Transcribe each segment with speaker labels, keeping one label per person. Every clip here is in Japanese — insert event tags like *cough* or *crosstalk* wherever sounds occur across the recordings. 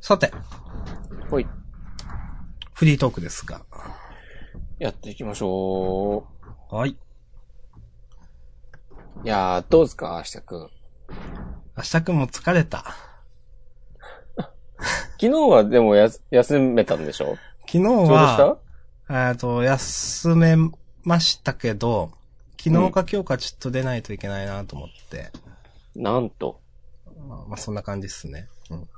Speaker 1: さて、
Speaker 2: ほい。
Speaker 1: フリートークですが。
Speaker 2: やっていきましょ
Speaker 1: はい。
Speaker 2: う。いやー、どうですか、明日くん。
Speaker 1: 明日くんも疲れた。
Speaker 2: 昨日はでもやす休めたんでしょ
Speaker 1: 昨日
Speaker 2: ちょうどした
Speaker 1: は、えっと、休めましたけど、昨日か今日かちょっと出ないといけないなと思って。
Speaker 2: なんと。
Speaker 1: まあ、まあそんな感じっすね。うん。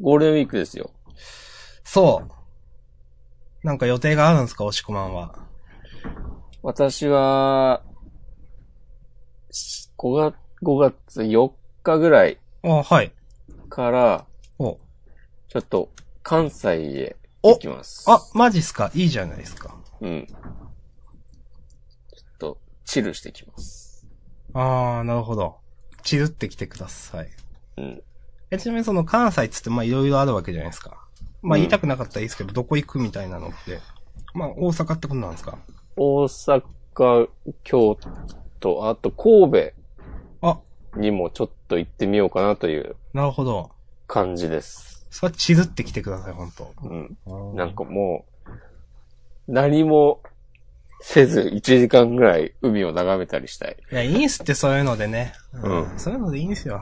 Speaker 2: ゴールデンウィークですよ。
Speaker 1: そう。なんか予定があるんですか、押し込まんは。
Speaker 2: 私は、し5月、5月4日ぐらい
Speaker 1: あ、はい。
Speaker 2: から、
Speaker 1: お。
Speaker 2: ちょっと、関西へ行きます。
Speaker 1: あ、マジっすかいいじゃないですか。
Speaker 2: うん。ちょっと、チルしてきます。
Speaker 1: あー、なるほど。チルってきてください。
Speaker 2: うん。
Speaker 1: え、ちなみにその関西っつってまあいろいろあるわけじゃないですか。まあ
Speaker 2: うん
Speaker 1: 言いたくなかったらいいですけど、どこ行くみたいなのって。まあ大阪ってことなんですか
Speaker 2: 大阪、京都、あと神
Speaker 1: あ、
Speaker 2: 戸にもちょっと行ってみようかなという
Speaker 1: なるほど。
Speaker 2: 感じです。
Speaker 1: それはチルってきてください、本
Speaker 2: うん。
Speaker 1: 当
Speaker 2: なん。かもう、何もせず1時間ぐらい海を眺めたりしたい。
Speaker 1: いや、いいんすってそういうのでね。
Speaker 2: うん
Speaker 1: そういうのでいいんすよ。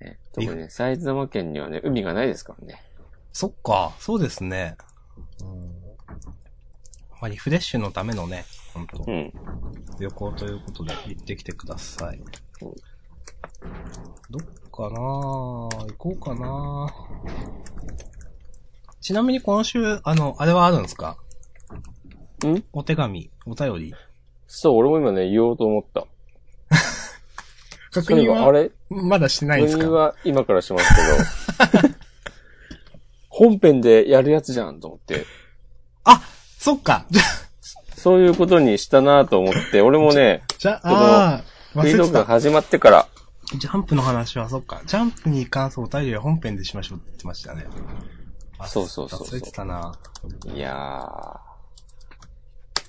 Speaker 2: ね、特にね、埼玉県にはね、海がないですからね。
Speaker 1: そっか、そうですね。まあリフレッシュのためのね、本当
Speaker 2: うん。
Speaker 1: 旅行ということで行ってきてください。
Speaker 2: うん
Speaker 1: どっかなぁ行こうかなぁちなみに今週、あの、あれはあるんですか
Speaker 2: ん
Speaker 1: お手紙、お便り
Speaker 2: そう、俺も今ね、言おうと思った。
Speaker 1: 確
Speaker 2: そうい
Speaker 1: 認
Speaker 2: えば、あ
Speaker 1: は
Speaker 2: れ
Speaker 1: まだしてないんです
Speaker 2: 確認
Speaker 1: か
Speaker 2: は今からしますけど、 *laughs* 本編でやるやつじゃんと思って、
Speaker 1: あそっかじゃ、
Speaker 2: そういうことにしたなと思って、俺もね、
Speaker 1: じゃ、あー、忘
Speaker 2: フリー
Speaker 1: れ
Speaker 2: ト
Speaker 1: て
Speaker 2: ークが
Speaker 1: た。
Speaker 2: 始まってから、
Speaker 1: ジャンプの話はそっか。ジャンプに関するお便りは本編でしましょうって言ってましたね。あ
Speaker 2: そうそうそうそう
Speaker 1: 忘れてたない
Speaker 2: やー。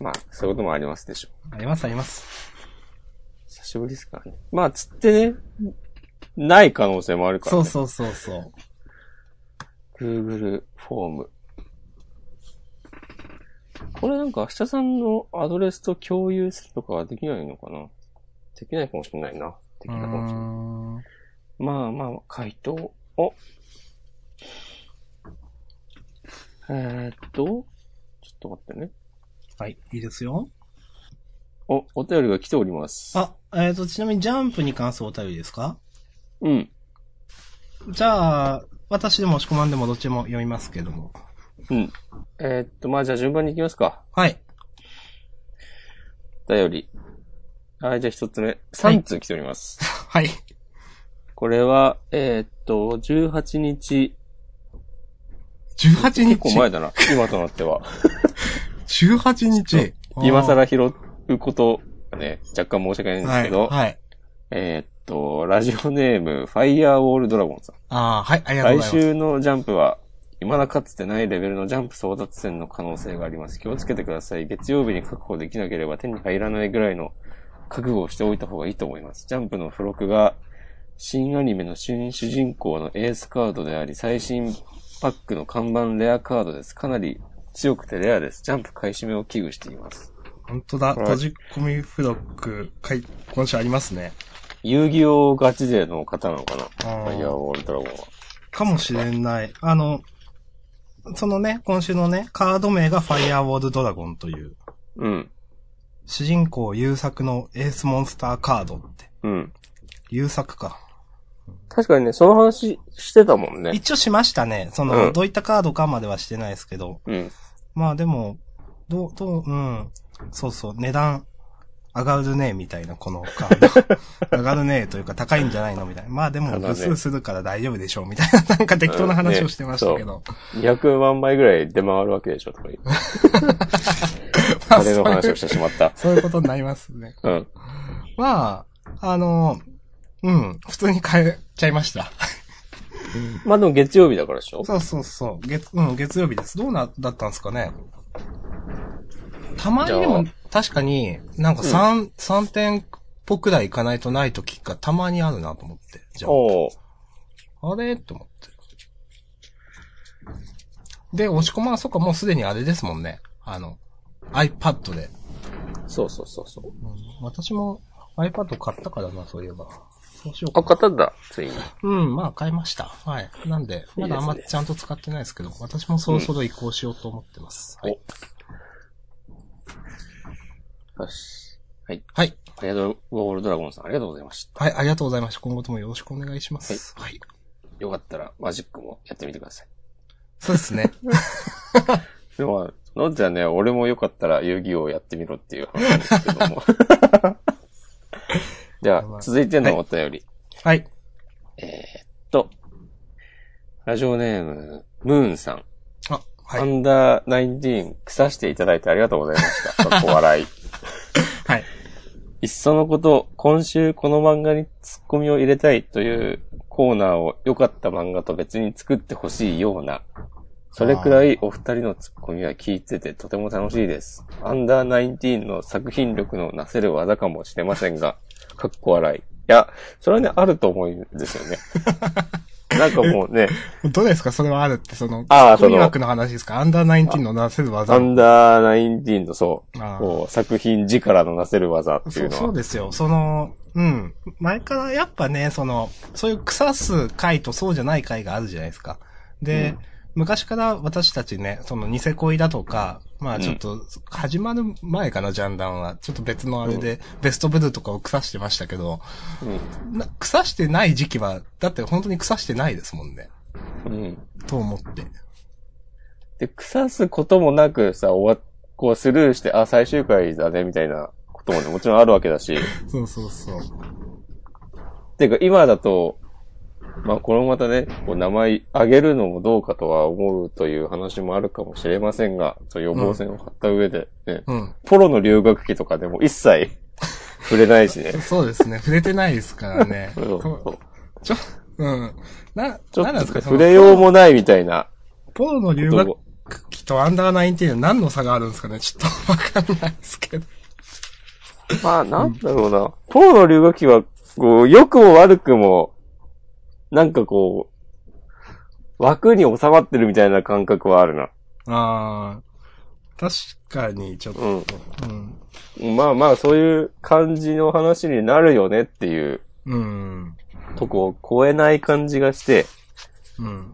Speaker 2: まあ、そういうこともありますでしょう。
Speaker 1: ありますあります。
Speaker 2: 久しぶりですからね。まあ、つってね、ない可能性もあるから、
Speaker 1: そ
Speaker 2: ね。
Speaker 1: うそうそうそう。
Speaker 2: う。Google フォーム。これなんか、明日さんのアドレスと共有するとかはできないのかなできないかもしれないな。できないかもしれない。
Speaker 1: うーん
Speaker 2: まあまあ、回答を。えー、っと、ちょっと待ってね。
Speaker 1: はい、いいですよ。
Speaker 2: お、お便りが来ております。
Speaker 1: あ、えっ、と、ちなみにジャンプに関するお便りですか
Speaker 2: うん。
Speaker 1: じゃあ、私でも押し込まんでもどっちでも読みますけども。
Speaker 2: うん。えーっと、まあじゃあ順番に行きますか。
Speaker 1: はい。 *laughs*
Speaker 2: お便り。はい、じゃあ一つ目。3通来ております。
Speaker 1: はい。
Speaker 2: これは、えーっと、18日。
Speaker 1: 18
Speaker 2: 結構前
Speaker 1: 日。
Speaker 2: だな。今となって *laughs* は。
Speaker 1: 18日。
Speaker 2: 今更拾うことがね、若干申し訳ないんですけ
Speaker 1: は
Speaker 2: ど。
Speaker 1: い。はい。
Speaker 2: えーっと、ラジオネーム、ファイヤーウォールドラゴンさん。
Speaker 1: ああ、はい、ありがとう
Speaker 2: 来
Speaker 1: ございます。
Speaker 2: 週のジャンプは、未だかつてないレベルのジャンプ争奪戦の可能性があります。気をつけてください。月曜日に確保できなければ手に入らないぐらいの覚悟をしておいた方がいいと思います。ジャンプの付録が、新アニメの新主人公のエースカードであり、最新パックの看板レアカードです。かなり強くてレアです。ジャンプ買い占めを危惧しています。
Speaker 1: 本当だ、
Speaker 2: はい
Speaker 1: 閉じ込み付録、はい、今週ありますね。
Speaker 2: 遊戯王ガチ勢の方なのかな
Speaker 1: あー
Speaker 2: ファイヤーウォールドラゴンは。
Speaker 1: かもしれない。あの、そのね、今週のね、カード名がファイアーウォールドラゴンという、
Speaker 2: うん。
Speaker 1: 主人公優作のエースモンスターカードって、
Speaker 2: うん。
Speaker 1: 優作か。
Speaker 2: 確かにね、その話してたもんね。
Speaker 1: 一応しましたね。その、
Speaker 2: うん
Speaker 1: どういったカードかまではしてないですけど。
Speaker 2: うん。
Speaker 1: まあでも、どう、どう、うん。そうそう、値段、上がるね、みたいな、このカー
Speaker 2: *laughs*
Speaker 1: ド。上がるね、というか高いんじゃないのみたいな。まあで
Speaker 2: た
Speaker 1: も、
Speaker 2: だね
Speaker 1: 部数するから大丈夫でしょう、みたいな、 *laughs* なんか適当な話をしてましたけど。
Speaker 2: 200万枚ぐらい出回るわけでしょ、とか言う。
Speaker 1: ま *laughs* あ
Speaker 2: あれの
Speaker 1: そう
Speaker 2: 話
Speaker 1: い
Speaker 2: を
Speaker 1: う
Speaker 2: してしまった。
Speaker 1: そういうことになりますね。
Speaker 2: うん。
Speaker 1: まあ、あの、うん、普通に変えちゃいました。
Speaker 2: まあでも月曜日だからでしょ
Speaker 1: そうそうそう。月、うん、月曜日です。どうな、だったんですかね。たまにでも
Speaker 2: じ、
Speaker 1: 確かに、なんか
Speaker 2: うん
Speaker 1: 3、三点ぽくらい行かないとない時がたまにあるなと思って。じゃ
Speaker 2: おお。
Speaker 1: あ、あれと思って。で、押し込まん、そっか、もうすでにあれですもんね。あの、iPad で。
Speaker 2: そうそうそうそう。
Speaker 1: うん、私も iPad 買ったからな、そういえば。そうしようか
Speaker 2: あ、。買ったんだ、ついに。
Speaker 1: うん、まあ買いました。はい。なんで、まだあんま
Speaker 2: いいですね
Speaker 1: ちゃんと使ってないですけど、私もそろそろ移行しようと思ってます。はい。
Speaker 2: よし。はい。
Speaker 1: はい。
Speaker 2: ありがとう、ウォールドラゴンさん、ありがとうございました。
Speaker 1: はい、ありがとうございました。今後ともよろしくお願いします。はい。
Speaker 2: よかったら、マジックもやってみてください。
Speaker 1: そうですね。
Speaker 2: でも、のんちゃんね、俺もよかったら遊戯王やってみろっていう話なんですけども。 *laughs* では、続いてのお便り。
Speaker 1: *laughs* はい。
Speaker 2: えーっと、ラジオネーム、ムーンさん。
Speaker 1: あ、は
Speaker 2: ア
Speaker 1: い。
Speaker 2: ンダーナインティーン、腐していただいてありがとうございました。かっこ笑い。
Speaker 1: はい。
Speaker 2: いっそのこと、今週この漫画にツッコミを入れたいというコーナーを良かった漫画と別に作ってほしいような、それくらいお二人のツッコミは聞いててとても楽しいです。アンダーナインティーンの作品力のなせる技かもしれませんが、 *laughs* かっこ笑い。いや、それはね、あると思うんですよ
Speaker 1: *laughs*
Speaker 2: ね。なんかもうね、
Speaker 1: どうですかそれはあるって、その、
Speaker 2: あー
Speaker 1: ツッコミ
Speaker 2: その
Speaker 1: 枠の話ですかアンダーナインティーンのなせる
Speaker 2: ア
Speaker 1: 技。
Speaker 2: ンダーナインティーンのそう、
Speaker 1: あー
Speaker 2: こう作品力のなせる技ってい
Speaker 1: そうう
Speaker 2: のは。
Speaker 1: そうですよ。その、うん。前からやっぱね、その、そういう腐す回とそうじゃない回があるじゃないですか。で、
Speaker 2: うん
Speaker 1: 昔から私たちね、そのニセ恋だとか、まあちょっと、始まる前かな、ジャンダンは。ちょっと別のあれで、ベストブルーとかを腐してましたけど、な腐してない時期は、だって本当に腐してないですもんね。
Speaker 2: うん。うん
Speaker 1: と思って。
Speaker 2: で、腐すこともなくさ、終わっ、こうスルーして、あ、最終回だね、みたいなこともね、もちろんあるわけだし。 *laughs*
Speaker 1: そうそうそう。
Speaker 2: ていうか、今だと、まあ、これもまたね、こう名前あげるのもどうかとは思うという話もあるかもしれませんが、と予防線を張った上で、ね、
Speaker 1: うん。
Speaker 2: ポロの留学期とかでも一切触れないしね。
Speaker 1: そうですね。触れてないですからね。
Speaker 2: *laughs* そうそ
Speaker 1: こ
Speaker 2: う
Speaker 1: ちょ、うん。な、
Speaker 2: ちょ
Speaker 1: なん
Speaker 2: っ
Speaker 1: なんです
Speaker 2: と
Speaker 1: かその
Speaker 2: 触れようもないみたいな
Speaker 1: ポロの留
Speaker 2: こと
Speaker 1: 学
Speaker 2: を。
Speaker 1: 期とアンダーナインティーンは何の差があるんですかねちょっとわかんないですけど。
Speaker 2: まあ、なんだろうな。ポーの留学期は、こう、良くも悪くも、なんかこう、枠に収まってるみたいな感覚はあるな。
Speaker 1: ああ、確かにちょっと、うん。
Speaker 2: まあまあ、そういう感じの話になるよねっていう
Speaker 1: うん。
Speaker 2: とこを超えない感じがして、
Speaker 1: うん。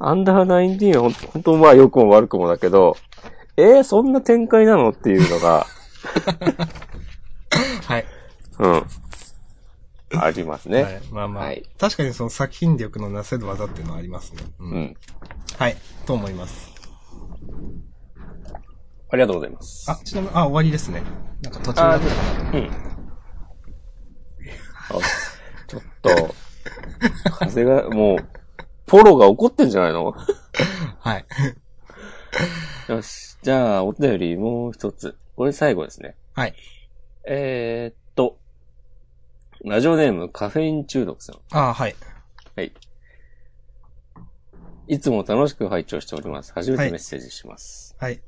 Speaker 2: アンダーナインティーンは本当まあ良くも悪くもだけど、えー、そんな展開なのっていうのが、
Speaker 1: はい。
Speaker 2: うん。ありますね。
Speaker 1: はい、まあまあ、
Speaker 2: はい
Speaker 1: 確かにその作品力のなせる技っていうのはありますね。うん。
Speaker 2: うん。
Speaker 1: はい。と思います。
Speaker 2: ありがとうございます。
Speaker 1: あ、ちなみに、あ、終わりですね。なんか途中だ
Speaker 2: あ
Speaker 1: ったかな。
Speaker 2: うん。ちょっと、風が、もう、ポロが怒ってんじゃないの
Speaker 1: はい。
Speaker 2: よし。じゃあ、お便りもう一つ。これ最後ですね。
Speaker 1: はい。
Speaker 2: えー、っと、ラジオネームカフェイン中毒さん。
Speaker 1: あーはい。
Speaker 2: はい。いつも楽しく拝聴しております。初めてメッセージします。
Speaker 1: はい。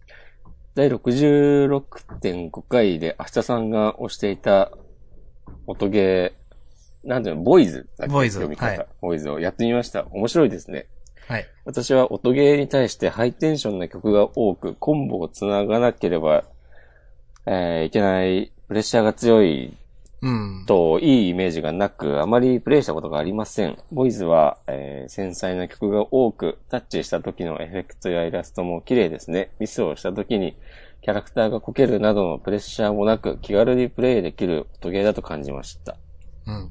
Speaker 2: 第66.5回で明日さんが推していた音ゲー、なんていうの、ボイズだっけ
Speaker 1: ボイズ
Speaker 2: 読み方、
Speaker 1: はい
Speaker 2: ボイズをやってみました。面白いですね。
Speaker 1: はい。
Speaker 2: 私は音ゲーに対してハイテンションな曲が多く、コンボを繋がなければ、えーいけない、プレッシャーが強い
Speaker 1: うん。
Speaker 2: と、いいイメージがなく、あまりプレイしたことがありません。ボイズは、えー繊細な曲が多く、タッチした時のエフェクトやイラストも綺麗ですね。ミスをした時に、キャラクターがこけるなどのプレッシャーもなく、気軽にプレイできる音ゲーだと感じました。
Speaker 1: うん。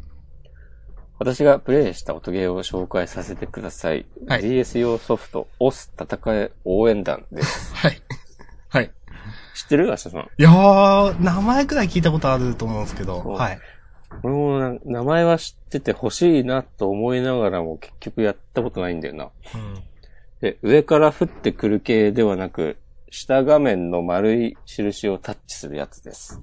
Speaker 2: 私がプレイした音ゲーを紹介させてください。
Speaker 1: はい
Speaker 2: DS 用ソフト、オス戦え応援団
Speaker 1: *laughs*
Speaker 2: です。
Speaker 1: はい。はい。
Speaker 2: 知ってる明日さん。
Speaker 1: いやー、名前くらい聞いたことあると思うんですけど、
Speaker 2: そう
Speaker 1: はい。
Speaker 2: 俺もな名前は知ってて欲しいなと思いながらも結局やったことないんだよな。
Speaker 1: うん。
Speaker 2: で、上から降ってくる系ではなく、下画面の丸い印をタッチするやつです。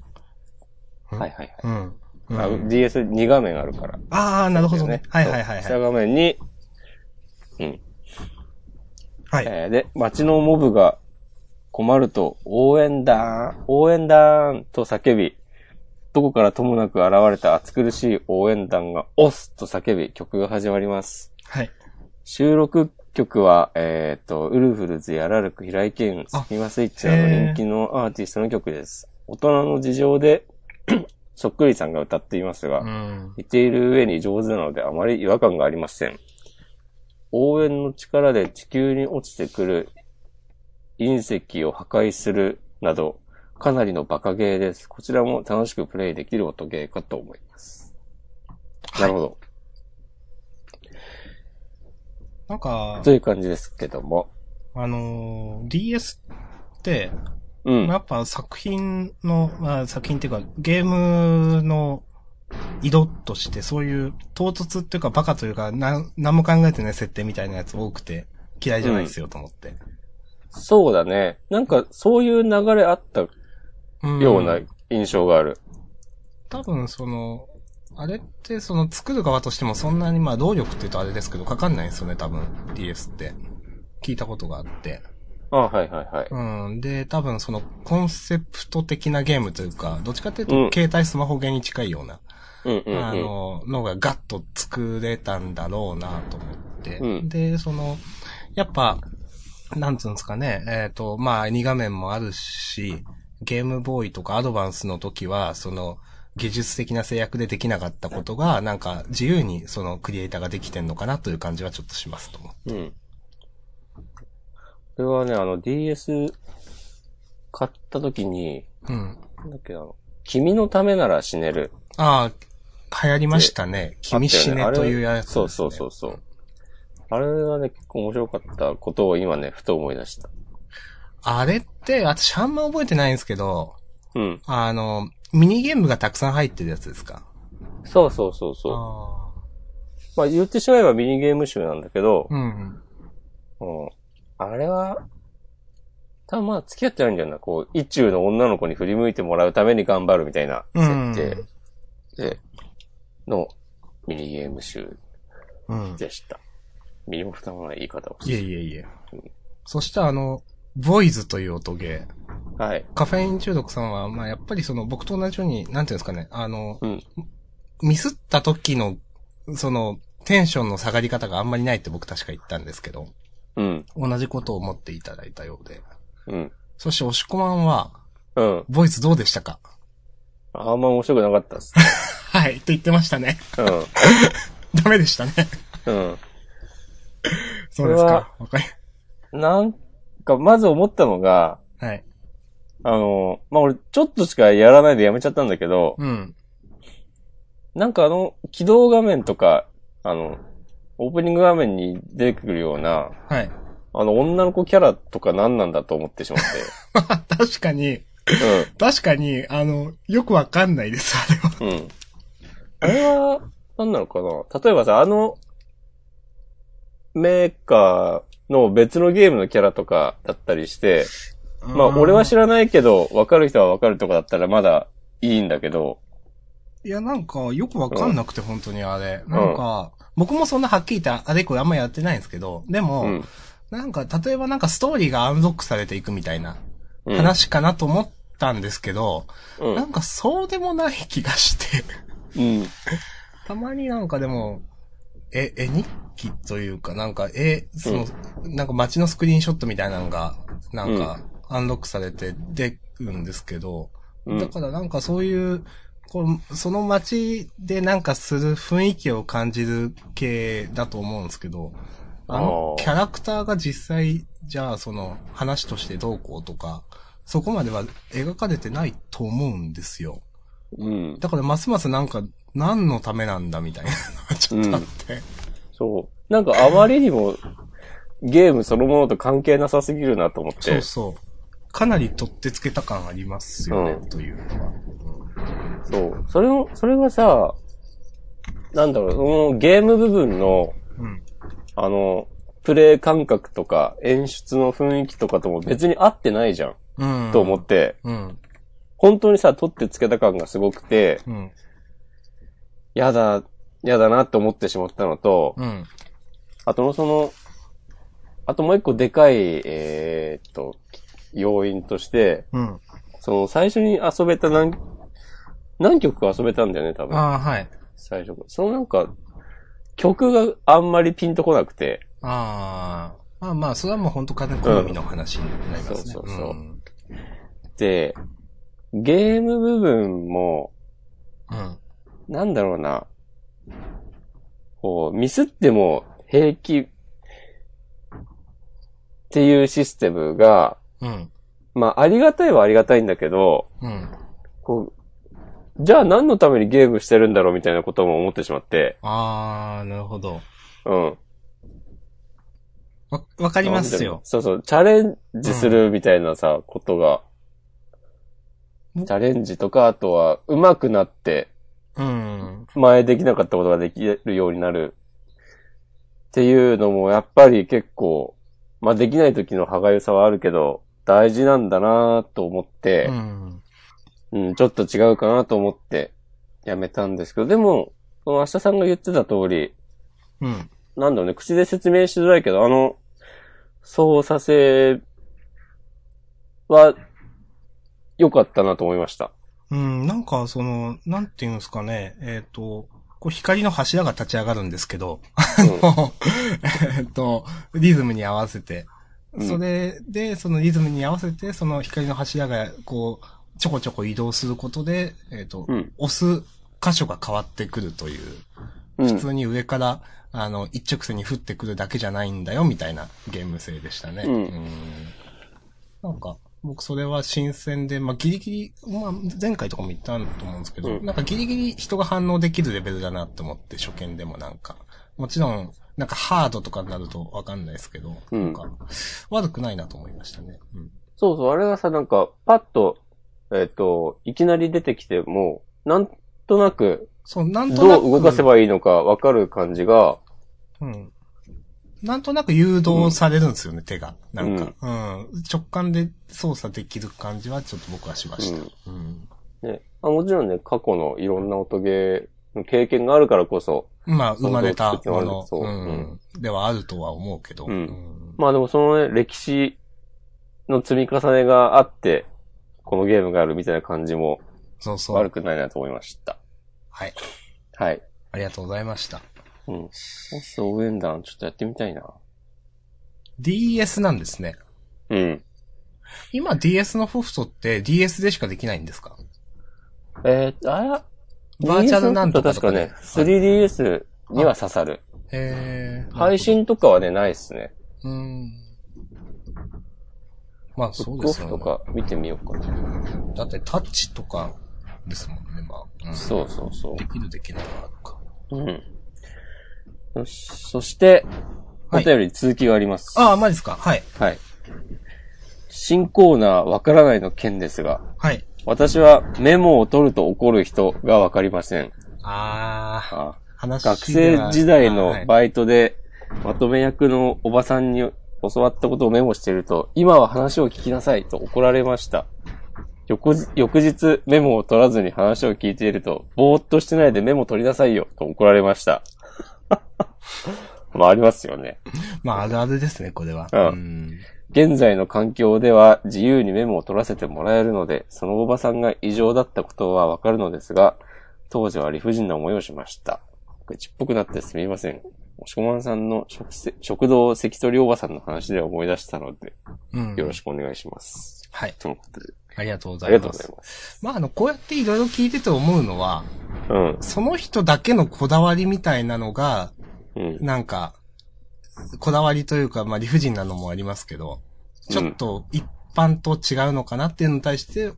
Speaker 1: ん
Speaker 2: はいはいはい。
Speaker 1: うん。うん
Speaker 2: あ DS2 画面あるから。
Speaker 1: ああ、なるほど
Speaker 2: だよ
Speaker 1: ね。はいはいはい
Speaker 2: そ
Speaker 1: は
Speaker 2: う下
Speaker 1: い。
Speaker 2: 画面に、
Speaker 1: はい。
Speaker 2: えーで、街のモブが困ると、応援だーん、応援だーんと叫び、どこからともなく現れた暑苦しい応援団が、オスと叫び、曲が始まります。
Speaker 1: はい。
Speaker 2: 収録曲は、えっ、と、ウルフルズやラルク、平井堅、スキマスイッチなど
Speaker 1: へー
Speaker 2: 人気のアーティストの曲です。大人の事情で、 *clears throat* そっくりさんが歌っていますが、
Speaker 1: うん。
Speaker 2: 似ている上に上手なのであまり違和感がありません。応援の力で地球に落ちてくる隕石を破壊するなど、かなりのバカゲーです。こちらも楽しくプレイできる音ゲーかと思います。なるほど。
Speaker 1: なんか
Speaker 2: と、いう感じですけども。
Speaker 1: あのー DS って、
Speaker 2: うん。
Speaker 1: やっぱ作品の、まあ作品っていうか、ゲームの色として、そういう唐突っていうかバカというか、なん、何も考えてない設定みたいなやつ多くて、嫌いじゃないですよ、と思って。
Speaker 2: そうだね。なんか、そういう流れあった
Speaker 1: うん
Speaker 2: ような印象がある。
Speaker 1: 多分その、あれってその作る側としてもそんなにまあ労力って言うとあれですけど、かかんないんですよね、多分 DS って。聞いたことがあって。
Speaker 2: あはいはいはい。
Speaker 1: うん。で、多分そのコンセプト的なゲームというか、どっちかっていうと
Speaker 2: うん
Speaker 1: 携帯スマホゲーに近いような、
Speaker 2: うんうん、うん。
Speaker 1: あの、のがガッと作れたんだろうなと思って。
Speaker 2: うん
Speaker 1: で、その、やっぱ、なんつうんですかね、えっ、と、まあ、2画面もあるし、ゲームボーイとかアドバンスの時は、その、技術的な制約でできなかったことが、なんか、自由に、その、クリエイターができてんのかなという感じはちょっとしますと思う。
Speaker 2: うん。これはね、あの、DS 買った時に、
Speaker 1: うん。
Speaker 2: なんだっけな、君のためなら死ねる。
Speaker 1: ああ、流行りましたね。君死ね
Speaker 2: あった
Speaker 1: と
Speaker 2: よね
Speaker 1: いう
Speaker 2: あ
Speaker 1: や
Speaker 2: れ
Speaker 1: つ、ね。
Speaker 2: そうそうそうそう。あれはね、結構面白かったことを今ね、ふと思い出した。
Speaker 1: あれって、私あんま覚えてないんですけど、
Speaker 2: うん。
Speaker 1: あの、ミニゲームがたくさん入ってるやつですか
Speaker 2: そうそうそうそう。
Speaker 1: あ
Speaker 2: まあ言ってしまえばミニゲーム集なんだけど
Speaker 1: あ。、うん。
Speaker 2: うん。あれは、たまあ付き合ってないんだよな。こう、一中の女の子に振り向いてもらうために頑張るみたいな設定で、のミニゲーム集
Speaker 1: うん。
Speaker 2: でした。身も蓋もない言い方を
Speaker 1: いえ
Speaker 2: し
Speaker 1: いえいえ。そしてあの、ボイズという音ゲー。
Speaker 2: た。はい。
Speaker 1: カフェイン中毒さんは、まあやっぱりその僕と同じように、なんていうんですかね、あの、
Speaker 2: うん。
Speaker 1: ミスった時の、その、テンションの下がり方があんまりないって僕確か言ったんですけど、
Speaker 2: うん。
Speaker 1: 同じことを思っていただいたようで。
Speaker 2: うん。
Speaker 1: そして、押し込まんは、
Speaker 2: うん。
Speaker 1: ボイズどうでしたか
Speaker 2: あんま面白くなかったっす。
Speaker 1: はい、と言ってましたね。 *laughs*
Speaker 2: う
Speaker 1: ダメでしたね。
Speaker 2: ん。
Speaker 1: そうですか。わかり、
Speaker 2: うん。なんか、まず思ったのが、
Speaker 1: はい。
Speaker 2: あの、まあ、俺、ちょっとしかやらないでやめちゃったんだけど、
Speaker 1: うん。
Speaker 2: なんかあの、起動画面とか、あの、オープニング画面に出てくるような、
Speaker 1: はい。
Speaker 2: あの、女の子キャラとか何なんだと思ってしまっ
Speaker 1: *laughs* 確かに、 *laughs*
Speaker 2: て。
Speaker 1: 確かに、あの、よくわかんないです、あれは。
Speaker 2: うん。うん。あれは、何なのかな例えばさ、あの、メーカーの別のゲームのキャラとかだったりして、まあ、俺は知らないけど、わかる人はわかるとかだったらまだいいんだけど、
Speaker 1: いや、なんか、よくわかんなくて、本当にあれ。なんか、僕もそんなはっきり言って、あれこれあんまやってないんですけど、でも、
Speaker 2: うん。
Speaker 1: なんか、例えばなんかストーリーがアンロックされていくみたいな
Speaker 2: うん、
Speaker 1: 話かなと思ったんですけど、
Speaker 2: うん
Speaker 1: なんかそうでもない気がして、
Speaker 2: うん。
Speaker 1: たまになんかでも、え、絵日記というか、なんか、え、その、なんか街のスクリーンショットみたいなのが、なんか、アンロックされて出るんですけど、
Speaker 2: うん
Speaker 1: だからなんかそういう、こうその街でなんかする雰囲気を感じる系だと思うんですけど、あの
Speaker 2: あー
Speaker 1: キャラクターが実際、じゃあその話としてどうこうとか、そこまでは描かれてないと思うんですよ。
Speaker 2: うん。
Speaker 1: だからますますなんか、何のためなんだみたいなのがちょっとあって。
Speaker 2: そう。なんかあまりにも、ゲームそのものと関係なさすぎるなと思って。
Speaker 1: そうそう。かなり取ってつけた感ありますよね、
Speaker 2: うん
Speaker 1: というのは。
Speaker 2: そう。それを、それがさ、なんだろう、そのゲーム部分の、
Speaker 1: うん。
Speaker 2: あの、プレイ感覚とか、演出の雰囲気とかとも別に合ってないじゃん、
Speaker 1: うん。
Speaker 2: と思って、
Speaker 1: うん。
Speaker 2: 本当にさ、取ってつけた感がすごくて、
Speaker 1: うん。
Speaker 2: やだ、やだなって思ってしまったのと、
Speaker 1: うん。
Speaker 2: あとのその、あともう一個でかい、えーっと、要因として、
Speaker 1: うん。
Speaker 2: その最初に遊べた何、何曲か遊べたんだよね、多分。
Speaker 1: ああ、はい。
Speaker 2: 最初。そのなんか、曲があんまりピンとこなくて、
Speaker 1: あああ。まあまあ、それはもう本当金好みの話になりますね。
Speaker 2: うんそうそうそうんで、ゲーム部分も、
Speaker 1: うん。
Speaker 2: なんだろうな。こう、ミスっても平気っていうシステムが、
Speaker 1: うん。
Speaker 2: まあ、ありがたいはありがたいんだけど、
Speaker 1: うん。
Speaker 2: こう、じゃあ何のためにゲームしてるんだろうみたいなことも思ってしまって、
Speaker 1: ああ、なるほど。
Speaker 2: うん。
Speaker 1: わ、わか
Speaker 2: あ
Speaker 1: りますよ。
Speaker 2: そうそう、チャレンジするみたいなさ、ことが
Speaker 1: う、ん
Speaker 2: チャレンジとか、あとは、上手くなって、
Speaker 1: うん。
Speaker 2: 前できなかったことができるようになるっていうのもやっぱり結構、まあできない時の歯がゆさはあるけど、大事なんだなと思って
Speaker 1: う、ん。
Speaker 2: うん、ちょっと違うかなと思ってやめたんですけど、でも、その明日さんが言ってた通り、
Speaker 1: うん。
Speaker 2: なんだろうね、口で説明しづらいけど、あの、操作性は良かったなと思いました。
Speaker 1: うん。なんか、その、なんていうんですかね。えっ、と、こう光の柱が立ち上がるんですけど、 *laughs*
Speaker 2: うん
Speaker 1: えっと、リズムに合わせて。
Speaker 2: うん
Speaker 1: それで、そのリズムに合わせて、その光の柱が、こう、ちょこちょこ移動することで、えっ、と、
Speaker 2: うん
Speaker 1: 押す箇所が変わってくるという。
Speaker 2: うん
Speaker 1: *laughs* 普通に上から、あの、一直線に降ってくるだけじゃないんだよ、みたいなゲーム性でしたね。
Speaker 2: うん
Speaker 1: んなんか、僕それは新鮮で、まあ、ギリギリ、まあ、前回とかも言ったと思うんですけど、
Speaker 2: うん
Speaker 1: なんかギリギリ人が反応できるレベルだなって思って、初見でもなんか。もちろん、なんかハードとかになるとわかんないですけど、
Speaker 2: うん
Speaker 1: なんか、悪くないなと思いましたね。うん。
Speaker 2: そうそう、あれがさ、なんか、パッと、えっ、と、いきなり出てきても、なんとなく、
Speaker 1: そう、なんとな
Speaker 2: ど
Speaker 1: く。
Speaker 2: う動かせばいいのかわかる感じが、
Speaker 1: うん。なんとなく誘導されるんですよね、手が。なんか、うん、直感で操作できる感じはちょっと僕はしました。うん。
Speaker 2: ね、あもちろんね、過去のいろんな音ゲーの経験があるからこそ、
Speaker 1: まあ、生まれたもの、、
Speaker 2: そうううん
Speaker 1: ではあるとは思うけど。
Speaker 2: うん
Speaker 1: ん
Speaker 2: まあでもそのね、歴史の積み重ねがあって、このゲームがあるみたいな感じも
Speaker 1: そうそう。
Speaker 2: 悪くないなと思いました。
Speaker 1: はい。
Speaker 2: はい。
Speaker 1: ありがとうございました。
Speaker 2: うん。ボス応援団、ちょっとやってみたいな。
Speaker 1: DS なんですね。
Speaker 2: うん。
Speaker 1: 今 DS のソフトって DS でしかできないんですか
Speaker 2: えー、あら、
Speaker 1: バーチャルなんとかと
Speaker 2: 確か
Speaker 1: か
Speaker 2: ね
Speaker 1: ね、
Speaker 2: 3DS には刺さる。
Speaker 1: えー、
Speaker 2: 配信とかはね、ないっすね。
Speaker 1: うん。まあ、
Speaker 2: ブ
Speaker 1: そう
Speaker 2: ック
Speaker 1: で
Speaker 2: オ
Speaker 1: す
Speaker 2: フ
Speaker 1: よ
Speaker 2: と
Speaker 1: ね。
Speaker 2: か見てみようかな。
Speaker 1: だってタッチとかですもんね、まあ。うん
Speaker 2: そうそうそ
Speaker 1: できるできないがあるか。
Speaker 2: う。うん。よし、そして、
Speaker 1: は
Speaker 2: お
Speaker 1: い
Speaker 2: 便り続きがあります。
Speaker 1: ああ、マジですかはい。
Speaker 2: はい。新コーナーわからないの件ですが、
Speaker 1: はい。
Speaker 2: 私はメモを取ると怒る人がわかりません。
Speaker 1: ああ、
Speaker 2: あ
Speaker 1: 話が
Speaker 2: 学生時代の
Speaker 1: はい
Speaker 2: バイトでまとめ役のおばさんに教わったことをメモしていると、今は話を聞きなさいと怒られました。翌日翌日メモを取らずに話を聞いていると、ぼーっとしてないでメモ取りなさいよと怒られました。 *laughs* まあありますよね。
Speaker 1: まあ、あるあるですね、これは。
Speaker 2: うん
Speaker 1: ん
Speaker 2: 現在の環境では自由にメモを取らせてもらえるので、そのおばさんが異常だったことはわかるのですが、当時は理不尽な思いをしました。愚痴っぽくなってすみません。おしこまんさんの食せ食堂関取おばさんの話で思い出したので、
Speaker 1: うん。
Speaker 2: よろしくお願いします。
Speaker 1: はい。
Speaker 2: とのことで、
Speaker 1: ありがとうござ
Speaker 2: あ
Speaker 1: い
Speaker 2: り
Speaker 1: ま
Speaker 2: が
Speaker 1: す。
Speaker 2: とうございます。
Speaker 1: まあ、あの、こうやっていろいろ聞いてて思うのは、
Speaker 2: うん。
Speaker 1: その人だけのこだわりみたいなのが、
Speaker 2: うん。
Speaker 1: なんか、こだわりというか、まあ、理不尽なのもありますけど、ちょっと一般と違うのかなっていうのに対して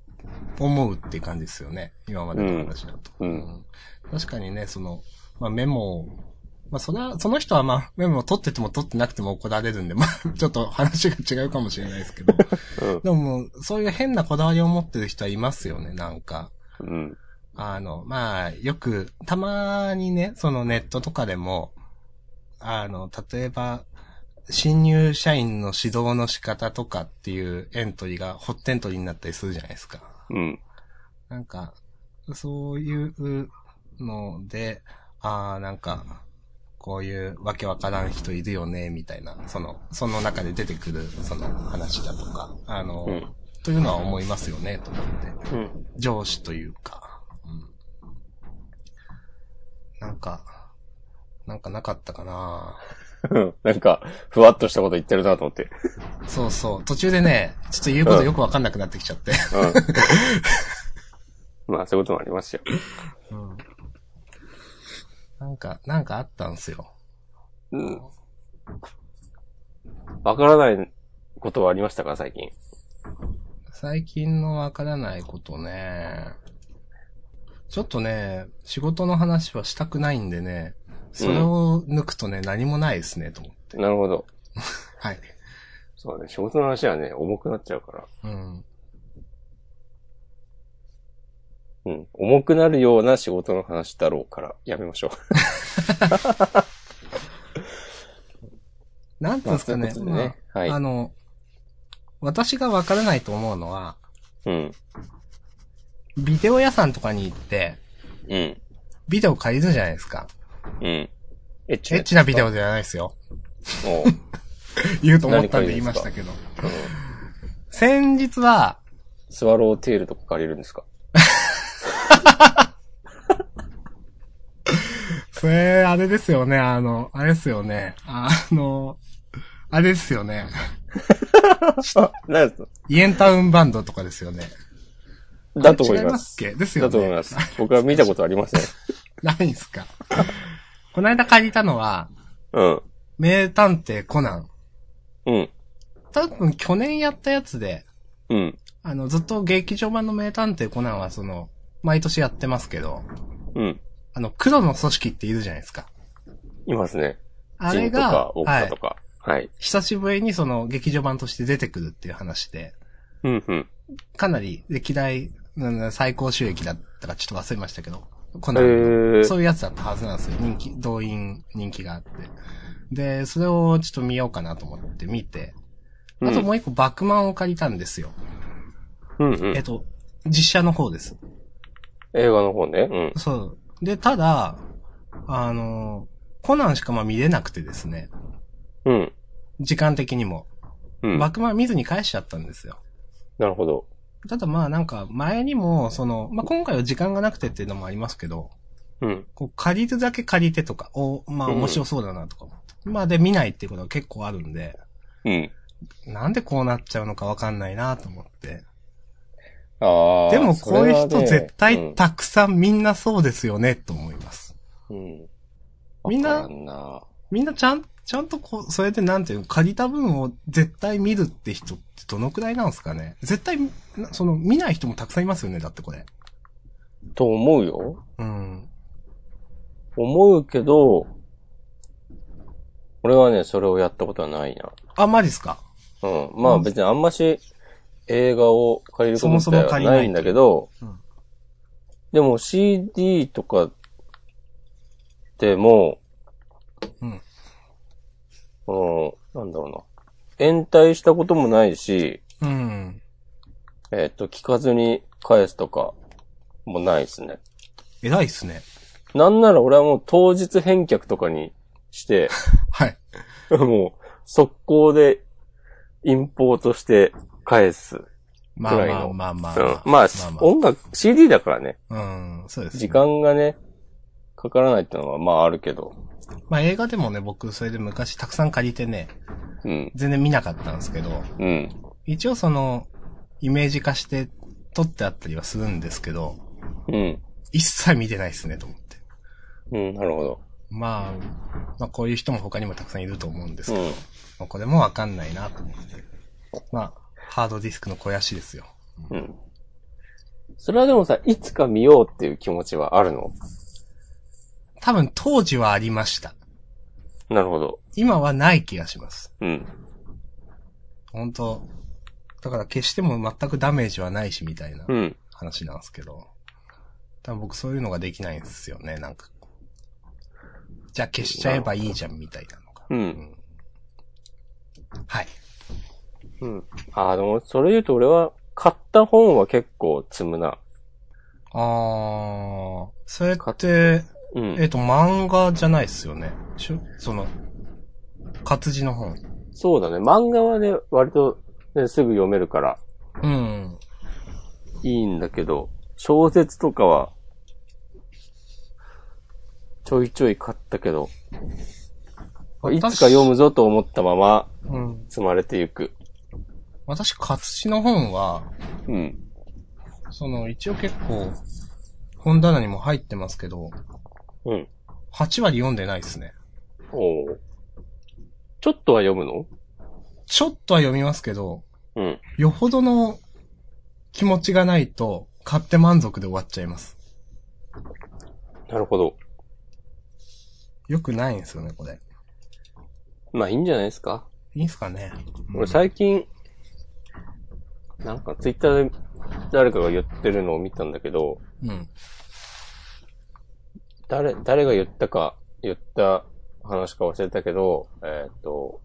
Speaker 1: 思うっていう感じですよね。今までの話だと。
Speaker 2: うん
Speaker 1: 確かにね、その、まあ、メモを、まあ、それは、その人はまあ、メモを取ってても取ってなくても怒られるんで、まあ、 *laughs* ちょっと話が違うかもしれないですけど。
Speaker 2: うん
Speaker 1: でも、そういう変なこだわりを持ってる人はいますよね、なんか。
Speaker 2: うん。
Speaker 1: あの、まあ、よく、たまにね、そのネットとかでも、あの、例えば、新入社員の指導の仕方とかっていうエントリーがホットエントリーになったりするじゃないですか。
Speaker 2: うん。
Speaker 1: なんか、そういうので、ああ、なんか、こういうわけわからん人いるよね、みたいな、その、その中で出てくる、その話だとか、あの、
Speaker 2: うん
Speaker 1: というのは思いますよね、と思って。
Speaker 2: うん。
Speaker 1: 上司というか、うん。なんか、なんかなかったかな
Speaker 2: うん *laughs* なんか、ふわっとしたこと言ってるなと思って。
Speaker 1: そうそう。途中でね、ちょっと言うことよくわかんなくなってきちゃって。
Speaker 2: *laughs* うん。まあ、そういうこともありますよ。
Speaker 1: なんか、なんかあったんすよ。
Speaker 2: うん。わからないことはありましたか、最近。
Speaker 1: 最近のわからないことね。ちょっとね、仕事の話はしたくないんでね、それを抜くとね、何もないですね、と思って。
Speaker 2: なるほど。
Speaker 1: はい。
Speaker 2: そうね、仕事の話はね、重くなっちゃうから。
Speaker 1: うん。
Speaker 2: うん。重くなるような仕事の話だろうから、やめましょ
Speaker 1: なんて
Speaker 2: う。
Speaker 1: いうんですか
Speaker 2: まあ
Speaker 1: ね。
Speaker 2: そういうことでね。
Speaker 1: まああ
Speaker 2: はい。
Speaker 1: の、私がわからないと思うのは、
Speaker 2: うん。
Speaker 1: ビデオ屋さんとかに行って、
Speaker 2: うん。
Speaker 1: ビデオ借りるじゃないですか。
Speaker 2: うん。エッチ
Speaker 1: エッチなビデ
Speaker 2: オ。
Speaker 1: オじゃないです
Speaker 2: *laughs*
Speaker 1: よ。
Speaker 2: おう
Speaker 1: 言うと思ったんで言いましたけど。
Speaker 2: うん
Speaker 1: 先日は、
Speaker 2: スワローテールとか借りるん
Speaker 1: *laughs*
Speaker 2: ですか
Speaker 1: それ、あれですよね、あの、あれですよね、あの、あれですよね、
Speaker 2: なんですか
Speaker 1: イエンタウンバンドとかですよね。
Speaker 2: だと思い
Speaker 1: あれ違い
Speaker 2: ま
Speaker 1: ます
Speaker 2: す。
Speaker 1: っけですよね。
Speaker 2: だと思います。僕は見たことありません。
Speaker 1: ないんすか。この間借りたのは、
Speaker 2: うん。
Speaker 1: 名探偵コナン。
Speaker 2: うん。
Speaker 1: 多分去年やったやつで、
Speaker 2: うん。
Speaker 1: あの、ずっと劇場版の名探偵コナンはその、毎年やってますけど、
Speaker 2: うん。
Speaker 1: あの、黒の組織っているじゃないですか。
Speaker 2: いますね。
Speaker 1: あ
Speaker 2: ジ
Speaker 1: れ
Speaker 2: ンと
Speaker 1: が
Speaker 2: か、、オッ
Speaker 1: は
Speaker 2: カ
Speaker 1: い
Speaker 2: と、か。はい。
Speaker 1: 久しぶりにその劇場版として出てくるっていう話で、
Speaker 2: うんうん。
Speaker 1: かなり歴代、うん最高収益だったかちょっと忘れましたけど、コナンの
Speaker 2: え
Speaker 1: そ
Speaker 2: ー。
Speaker 1: ういうやつだったはずなんですよ。人気、動員人気があって。で、それをちょっと見ようかなと思って見て、あともう一個バックマンを借りたんですよ。
Speaker 2: うんうん
Speaker 1: えっと、実写の方です。
Speaker 2: 映画の方ね。うん。
Speaker 1: そう。で、ただ、あの、コナンしかまあ見れなくてですね、
Speaker 2: うん。
Speaker 1: 時間的にも。
Speaker 2: うん。
Speaker 1: バックマン見ずに返しちゃったんですよ。
Speaker 2: なるほど。
Speaker 1: ただまあなんか前にも、その、まあ今回は時間がなくてっていうのもありますけど、
Speaker 2: うん。
Speaker 1: こう借りるだけ借りてとか、お、まあ
Speaker 2: うん
Speaker 1: 面白そうだなとか思って。まあで見ないっていうことは結構あるんで、
Speaker 2: うん。
Speaker 1: なんでこうなっちゃうのかわかんないなと思って。
Speaker 2: ああ。
Speaker 1: でもこういう人絶
Speaker 2: それは
Speaker 1: 対
Speaker 2: ね
Speaker 1: たくさんみんなそうですよねと思います。
Speaker 2: うん。
Speaker 1: みんな
Speaker 2: わからな
Speaker 1: みんなちゃん、ちゃんとこう、それでなんていうの、借りた分を絶対見るって人ってどのくらいなんですかね絶対、なその見ない人もたくさんいますよね、だってこれ。
Speaker 2: と思うよ。
Speaker 1: うん。
Speaker 2: 思うけど、俺はね、それをやったことはないな。
Speaker 1: あ、マジっすか
Speaker 2: うん。まあ別にあんまし映画を借りること
Speaker 1: そ
Speaker 2: 自体
Speaker 1: もそも
Speaker 2: は
Speaker 1: 借りない
Speaker 2: ないんだけど、
Speaker 1: うん
Speaker 2: でも CD とかでも、
Speaker 1: うん
Speaker 2: この、なんだろうな。延滞したこともないし、
Speaker 1: うん。
Speaker 2: えっ、と、聞かずに返すとかもないですね。
Speaker 1: 偉いっすね。
Speaker 2: なんなら俺はもう当日返却とかに
Speaker 1: *laughs*
Speaker 2: して、
Speaker 1: はい。
Speaker 2: もう速攻でインポートして返す。
Speaker 1: まあ
Speaker 2: く
Speaker 1: ま
Speaker 2: らい
Speaker 1: あ
Speaker 2: の
Speaker 1: まあまあ
Speaker 2: うん。まあ、音楽、CD だからね。
Speaker 1: うん、そうですね、
Speaker 2: 時間がね、かからないってのはまああるけど。
Speaker 1: まあ映画でもね、僕それで昔たくさん借りてね、
Speaker 2: うん。
Speaker 1: 全然見なかったんですけど、
Speaker 2: うん。
Speaker 1: 一応その、イメージ化して撮ってあったりはするんですけど、
Speaker 2: うん。
Speaker 1: 一切見てないですね、と思って。
Speaker 2: うん、なるほど。
Speaker 1: まあ、まあこういう人も他にもたくさんいると思うんです
Speaker 2: う
Speaker 1: けど、
Speaker 2: ん。
Speaker 1: まあこれもわかんないなと思って。まあ、ハードディスクの肥やしですよ。
Speaker 2: うん。それはでもさ、いつか見ようっていう気持ちはあるの
Speaker 1: 多分当時はありました。
Speaker 2: なるほど。
Speaker 1: 今はない気がします。
Speaker 2: うん。
Speaker 1: 本当だから決しても全くダメージはないしみたいな
Speaker 2: うん。
Speaker 1: 話なんですけど。多分僕そういうのができないんですよね、なんか。じゃあ消しちゃえばいいじゃんみたいなのが。
Speaker 2: うん。
Speaker 1: はい。
Speaker 2: うん。ああ、でも、それ言うと俺は、買った本は結構積むな。
Speaker 1: あー、それって、
Speaker 2: う
Speaker 1: えっ、
Speaker 2: ん。
Speaker 1: と、漫画じゃないっすよね。しゅその、活字の本。
Speaker 2: そうだね。漫画はね、割と、ね、すぐ読めるから、
Speaker 1: うん。
Speaker 2: いいんだけど、小説とかは、ちょいちょい買ったけど、いつか読むぞと思ったまま
Speaker 1: うん。
Speaker 2: 積まれていく。
Speaker 1: 私、活字の本は、
Speaker 2: うん。
Speaker 1: その、一応結構、本棚にも入ってますけど、
Speaker 2: うん。
Speaker 1: 8割読んでないですね。
Speaker 2: おーちょっとは読むの
Speaker 1: ちょっとは読みますけど、
Speaker 2: うん。
Speaker 1: よほどの気持ちがないと、買って満足で終わっちゃいます。
Speaker 2: なるほど。
Speaker 1: よくないんですよね、これ。
Speaker 2: まあいいんじゃないですか。
Speaker 1: いいんすかね。
Speaker 2: 俺最近、なんかツイッターで誰かが言ってるのを見たんだけど、
Speaker 1: うん。
Speaker 2: 誰、誰が言ったか、言った話か忘れたけど、えーっと、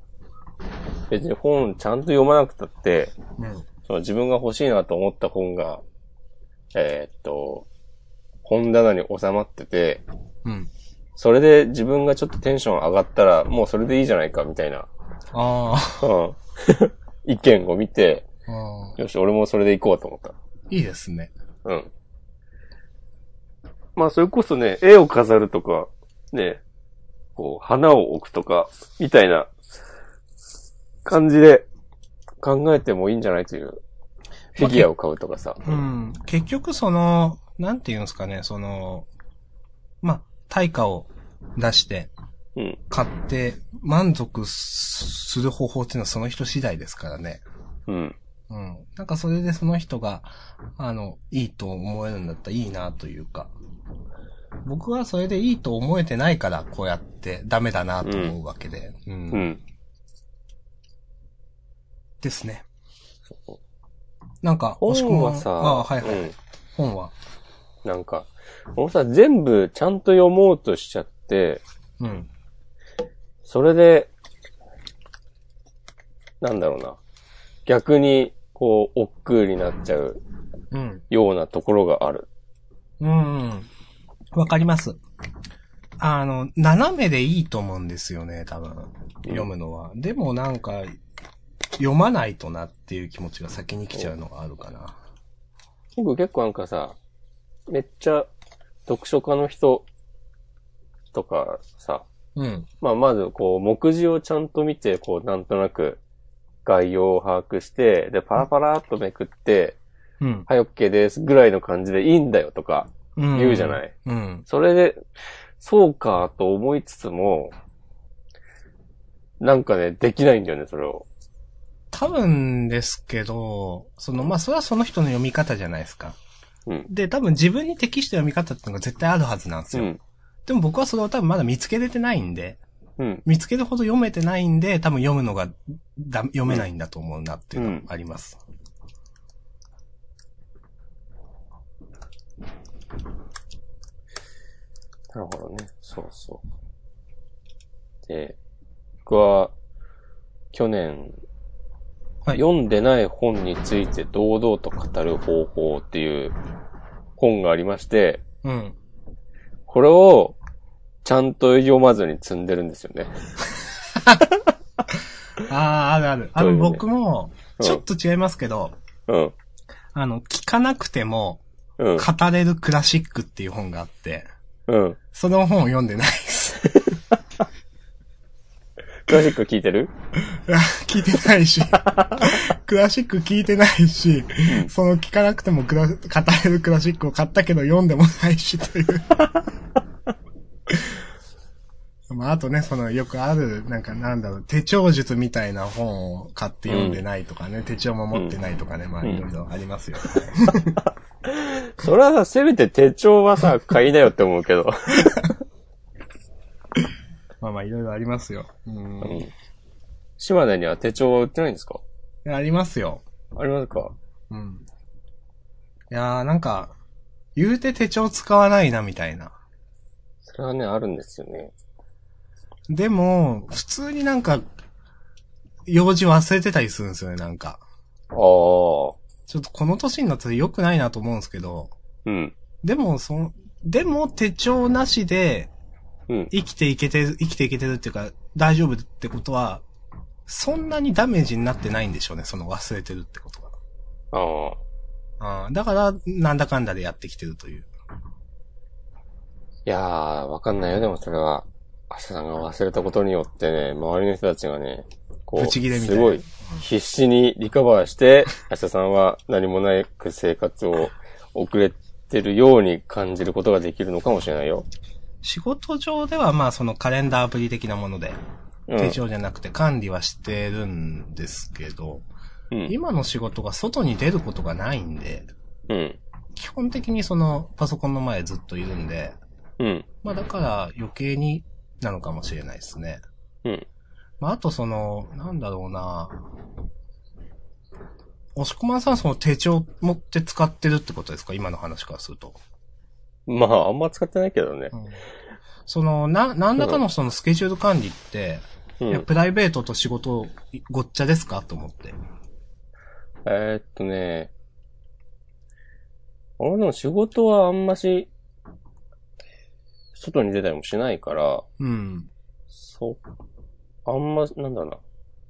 Speaker 2: 別に本ちゃんと読まなくたって、
Speaker 1: うん。
Speaker 2: その自分が欲しいなと思った本が、えーっと、本棚に収まってて、
Speaker 1: うん。
Speaker 2: それで自分がちょっとテンション上がったら、もうそれでいいじゃないか、みたいな、
Speaker 1: あー
Speaker 2: うん。意見を見て、
Speaker 1: あー。
Speaker 2: よし、俺もそれで行こうと思った。
Speaker 1: いいですね。
Speaker 2: うん。まあ、それこそね、絵を飾るとか、ね、こう、花を置くとか、みたいな感じで考えてもいいんじゃないという。フィギュアを買うとかさ。
Speaker 1: うん。結局その、なんて言うんですかね、その、まあ、対価を出して、
Speaker 2: うん。
Speaker 1: 買って満足する方法っていうのはその人次第ですからね。
Speaker 2: うん。
Speaker 1: うん。なんかそれでその人が、あの、いいと思えるんだったらいいなというか。僕はそれでいいと思えてないから、こうやってダメだなと思うわけで。うん。
Speaker 2: うん。
Speaker 1: ですね。なんか、押し込
Speaker 2: 本
Speaker 1: む
Speaker 2: はさ、
Speaker 1: あはいはい。
Speaker 2: うん。
Speaker 1: 本は。
Speaker 2: なんか、俺さ、全部ちゃんと読もうとしちゃって、
Speaker 1: うん。
Speaker 2: それで、なんだろうな。逆に、こう、億劫になっちゃう
Speaker 1: うん。
Speaker 2: ようなところがある。
Speaker 1: うんうん。わかります。あの、斜めでいいと思うんですよね、多分。読むのは。でもなんか、読まないとなっていう気持ちが先に来ちゃうのがあるかな。
Speaker 2: 僕結構なんかさ、めっちゃ読書家の人とかさ、
Speaker 1: うん。
Speaker 2: まあまずこう、目次をちゃんと見て、こう、なんとなく概要を把握して、で、パラパラっとめくって、
Speaker 1: うん。
Speaker 2: はい、OK ですぐらいの感じでいいんだよとか
Speaker 1: うん。
Speaker 2: 言うじゃない。
Speaker 1: うん。
Speaker 2: それで、そうかと思いつつも、なんかね、できないんだよね、それを。
Speaker 1: 多分ですけど、その、まあ、それはその人の読み方じゃないですか。
Speaker 2: うん
Speaker 1: で、多分自分に適した読み方っていうのが絶対あるはずなんです
Speaker 2: う
Speaker 1: よ。
Speaker 2: ん。
Speaker 1: でも僕はそれを多分まだ見つけれてないんで、
Speaker 2: うん。
Speaker 1: 見つけるほど読めてないんで、多分読むのがだ読めないんだと思うなっていうのがあります。
Speaker 2: なるほどね。そうそう。で、僕は、去年、
Speaker 1: はい
Speaker 2: 読んでない本について堂々と語る方法っていう本がありまして、
Speaker 1: うん。
Speaker 2: これをちゃんと読まずに積んでるんですよね。
Speaker 1: ああ、あるある。あ
Speaker 2: そう
Speaker 1: の、
Speaker 2: いうね
Speaker 1: 僕も、ちょっと違いますけど、
Speaker 2: うん。
Speaker 1: あの、聞かなくても、
Speaker 2: うん。
Speaker 1: 語れるクラシックっていう本があって、
Speaker 2: うん。
Speaker 1: その本を読んでないです。
Speaker 2: クラシック聞いてる
Speaker 1: *laughs* 聞いてないし、 *laughs* クラシック聞いてないし、その聞かなくてもクラ語れるクラシックを買ったけど読んでもないしと *laughs* いう。まあ、あとね、その、よくある、なんか、なんだろう、手帳術みたいな本を買って読んでないとかね、手帳も持ってないとかね、まあ、いろいろありますよ。
Speaker 2: それはさ、せめて手帳はさ、買いなよって思う *laughs* けど。
Speaker 1: まあまあ、いろいろありますよ。うん。
Speaker 2: うん。島根には手帳は売ってないんですか
Speaker 1: ありますよ。
Speaker 2: ありますか
Speaker 1: うん。いやー、なんか、言うて手帳使わないな、みたいな。
Speaker 2: それはね、あるんですよね。
Speaker 1: でも、普通になんか、用事忘れてたりするんですよね、なんか。
Speaker 2: あ
Speaker 1: ち
Speaker 2: あ。
Speaker 1: ょっとこの年になったら良くないなと思うんですけど、
Speaker 2: うん。
Speaker 1: でも、その、でも手帳なしで
Speaker 2: うん。
Speaker 1: 生きていけてる、生きていけてるっていうか、大丈夫ってことは、そんなにダメージになってないんでしょうね、その忘れてるってことが。
Speaker 2: ああ。
Speaker 1: あーだから、なんだかんだでやってきてるという。
Speaker 2: いやー、わかんないよ、でもそれは。アシャさんが忘れたことによってね、周りの人たちがね、こ
Speaker 1: ブ
Speaker 2: う、
Speaker 1: チギレみたい
Speaker 2: す
Speaker 1: な
Speaker 2: ごい、必死にリカバー
Speaker 1: *laughs*
Speaker 2: して、アシャさんは何もなく生活を送れてるように感じることができるのかもしれないよ。
Speaker 1: 仕事上ではまあそのカレンダーアプリ的なもので、
Speaker 2: うん。
Speaker 1: 手帳じゃなくて管理はしてるんですけど、
Speaker 2: うん。
Speaker 1: 今の仕事が外に出ることがないんで、
Speaker 2: うん。
Speaker 1: 基本的にそのパソコンの前ずっといるんで、
Speaker 2: うん。
Speaker 1: まあだから余計になのかもしれないですね。
Speaker 2: うん。
Speaker 1: まああとその、なんだろうな押し込まんさんはその手帳持って使ってるってことですか今の話からすると。
Speaker 2: まあ、あんま使ってないけどね。
Speaker 1: その、な、何らかのそのスケジュール管理って、
Speaker 2: う
Speaker 1: いや、
Speaker 2: ん。
Speaker 1: プライベートと仕事ごっちゃですかと思って。
Speaker 2: えーっとね、俺の仕事はあんまし、外に出たりもしないから、
Speaker 1: うん。
Speaker 2: そう。あんま、なんだろうな。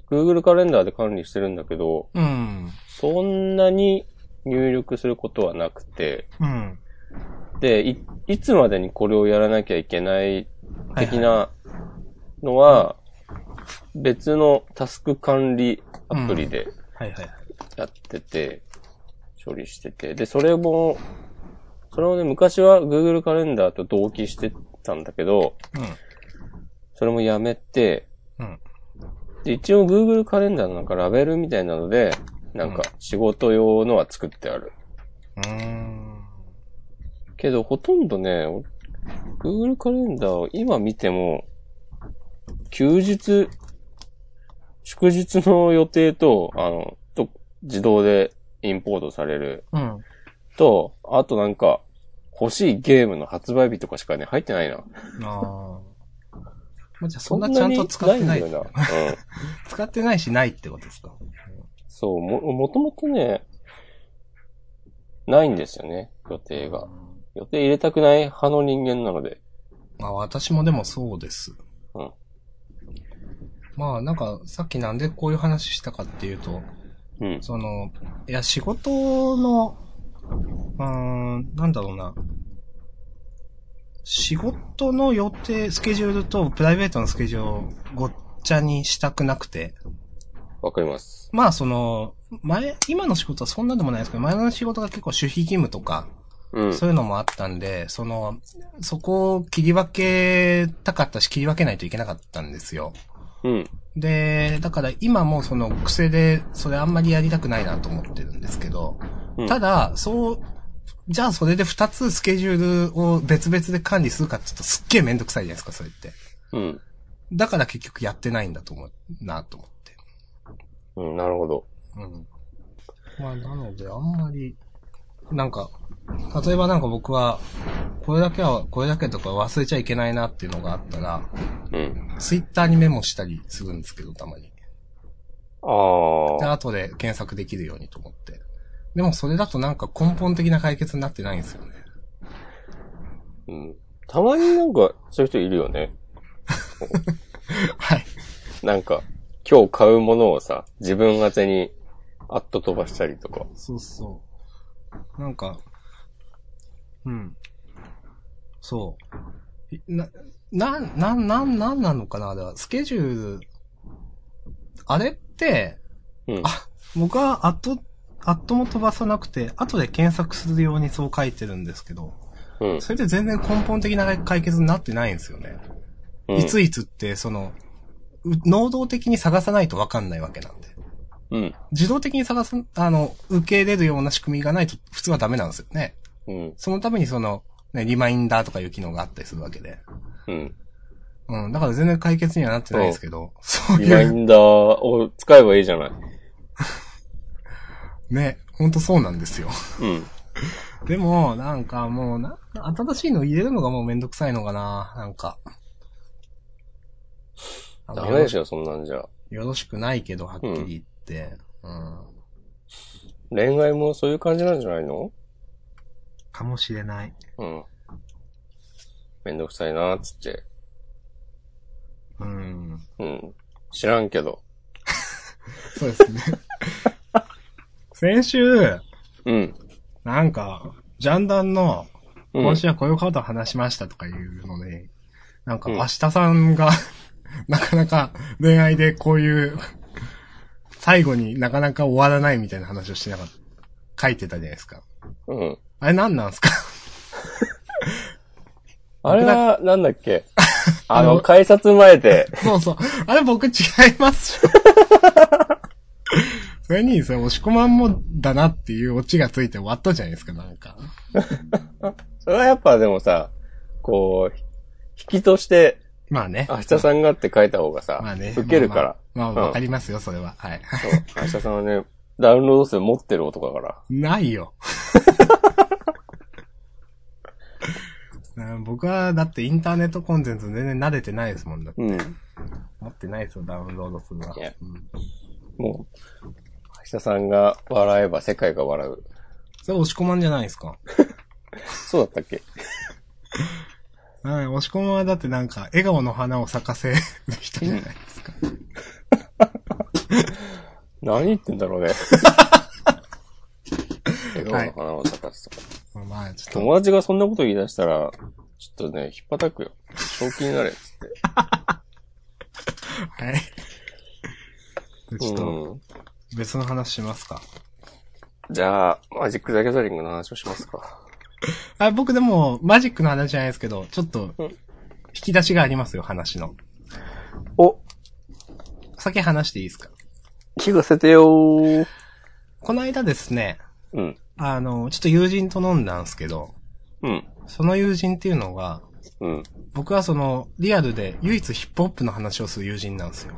Speaker 2: Google カレンダーで管理してるんだけど、
Speaker 1: うん。
Speaker 2: そんなに入力することはなくて、
Speaker 1: うん。
Speaker 2: で、い、いつまでにこれをやらなきゃいけない的
Speaker 1: はいは
Speaker 2: なのは、別のタスク管理アプリで
Speaker 1: い。はいはいはい。
Speaker 2: やってて、処理してて、で、それも、それをね、昔は Google カレンダーと同期してたんだけど、それもやめて、
Speaker 1: うん。うん。
Speaker 2: で、一応 Google カレンダーのなんかラベルみたいなので、なんか仕事用のは作ってある。
Speaker 1: うーん。
Speaker 2: けど、ほとんどね、お Google カレンダーを今見ても、休日、祝日の予定と、あの、と、自動でインポートされる
Speaker 1: うん。
Speaker 2: と、あとなんか、欲しいゲームの発売日とかしかね、入ってないな。
Speaker 1: ああ。まあ、じゃあそんなちゃんと使ってない。
Speaker 2: そんにないんだよな。うん。
Speaker 1: 使ってないしないってことですか
Speaker 2: そう、も、もともとね、ないんですよね、予定が。予定入れたくない派の人間なので。
Speaker 1: まあ私もでもそうです。
Speaker 2: うん
Speaker 1: まあなんかさっきなんでこういう話したかっていうと、
Speaker 2: うん。
Speaker 1: その、いや仕事の、うーん、なんだろうな。仕事の予定、スケジュールとプライベートのスケジュールをごっちゃにしたくなくて。
Speaker 2: わかります。
Speaker 1: まあその、前、今の仕事はそんなでもないですけど、前の仕事が結構守秘義務とか、
Speaker 2: うん。
Speaker 1: そういうのもあったんで、その、そこを切り分けたかったし、切り分けないといけなかったんですよ。
Speaker 2: うん。
Speaker 1: で、だから今もその癖で、それあんまりやりたくないなと思ってるんですけど、
Speaker 2: うん
Speaker 1: ただ、そう、じゃあそれで2つスケジュールを別々で管理するかって言うとすっげえめんどくさいじゃないですか、それって。
Speaker 2: うん。
Speaker 1: だから結局やってないんだと思う、なと思って。
Speaker 2: うん、なるほど。
Speaker 1: うん。まあ、なので、あんまり、なんか、例えばなんか僕は、これだけは、これだけとか忘れちゃいけないなっていうのがあったら、
Speaker 2: うん。
Speaker 1: ツイッターにメモしたりするんですけど、たまに。で、
Speaker 2: ああ。
Speaker 1: 後で検索できるようにと思って。でもそれだとなんか根本的な解決になってないんですよね。
Speaker 2: うん。たまになんか、そういう人いるよね。
Speaker 1: はい。
Speaker 2: なんか、今日買うものをさ、自分宛てに、あっと飛ばしたりとか。
Speaker 1: そうそう。なんか、うん。そう。いな、な、な、な、なんなのかなあれは、スケジュール、あれって、
Speaker 2: うん。
Speaker 1: 僕は後、後も飛ばさなくて、後で検索するようにそう書いてるんですけど、
Speaker 2: うん。
Speaker 1: それで全然根本的な解決になってないんですよね。
Speaker 2: うん
Speaker 1: いついつって、その、う能動的に探さないとわかんないわけなんで。
Speaker 2: うん。
Speaker 1: 自動的に探す、あの、受け入れるような仕組みがないと普通はダメなんですよね。
Speaker 2: うん。
Speaker 1: そのためにその、ね、リマインダーとかいう機能があったりするわけで。
Speaker 2: うん。
Speaker 1: うん、だから全然解決にはなってないですけど、そう
Speaker 2: リマ
Speaker 1: い
Speaker 2: イ
Speaker 1: う、
Speaker 2: ンダーを使えばいいじゃない。
Speaker 1: ね、ほんとそうなんですよ。
Speaker 2: うん。
Speaker 1: でも、なんかもう、な、新しいの入れるのがもうめんどくさいのかな、なんか。あ
Speaker 2: ダ
Speaker 1: の
Speaker 2: メでしょ、そんなんじゃ。
Speaker 1: よろしくないけど、はっきり言って。うん。
Speaker 2: 恋愛もそういう感じなんじゃないの
Speaker 1: かもしれない。
Speaker 2: うん。めんどくさいなーっつって。
Speaker 1: うん。
Speaker 2: うん。知らんけど。
Speaker 1: そうですね。 *laughs* 先週、
Speaker 2: うん。
Speaker 1: なんか、ジャンダンの、
Speaker 2: うん
Speaker 1: 今週はこういうことを話しましたとかいうので、なんか、
Speaker 2: うん
Speaker 1: 明日さんが、 *laughs* なかなか恋愛でこういう、最後になかなか終わらないみたいな話をしてなかった。書いてたじゃないですか。
Speaker 2: うん。
Speaker 1: あれ何なん
Speaker 2: *laughs*
Speaker 1: すか
Speaker 2: あれは、なんだっ
Speaker 1: *laughs*
Speaker 2: けあ
Speaker 1: あ
Speaker 2: の、
Speaker 1: の
Speaker 2: 改札前で、
Speaker 1: そうそう。あれ僕違います。 *laughs* それに、それ押し込まんもだなっていうオチがついて終わったじゃないですか、なんか。
Speaker 2: それはやっぱでもさ、こう、引きとして、
Speaker 1: まあね。
Speaker 2: 明日さんがって書いた方がさ、
Speaker 1: まあね。
Speaker 2: 受けるから。
Speaker 1: まあまあ、まあわ、か
Speaker 2: うん
Speaker 1: りますよ、それは。はい。
Speaker 2: そう明日さんはね、ダウンロード数持ってる男だから。
Speaker 1: ないよ。 *laughs* うん僕は、だってインターネットコンテンツ全然慣れてないですもんだって。
Speaker 2: うん。
Speaker 1: 持ってないですよ、ダウンロードするのはい
Speaker 2: や。
Speaker 1: うん
Speaker 2: もう、明日さんが笑えば世界が笑う。
Speaker 1: それ押し込まんじゃないですか。
Speaker 2: そうだったっけ
Speaker 1: はい、押し込まんはだってなんか、笑顔の花を咲かせる人じゃないですか。
Speaker 2: 何言ってんだろうね。 *laughs* 笑顔の花を咲かすとか。
Speaker 1: まあ、ちょっ
Speaker 2: 友達がそんなこと言い出したら、ちょっとね、ひっぱたくよ。正気になれ。
Speaker 1: と、はい。ちょっと、
Speaker 2: うん。
Speaker 1: 別の話しますか。
Speaker 2: じゃあ、マジック・ザ・ギャザリングの話をしますか。
Speaker 1: あ僕でも、マジックの話じゃないですけど、ちょっと
Speaker 2: うん、
Speaker 1: 引き出しがありますよ、話の。
Speaker 2: お、
Speaker 1: 先話していいですか
Speaker 2: 聞かせてよー。
Speaker 1: この間ですね、
Speaker 2: うん。
Speaker 1: あの、ちょっと友人と飲んだんですけど、
Speaker 2: うん。
Speaker 1: その友人っていうのが、
Speaker 2: うん。
Speaker 1: 僕はその、リアルで唯一ヒップホップの話をする友人なんですよ。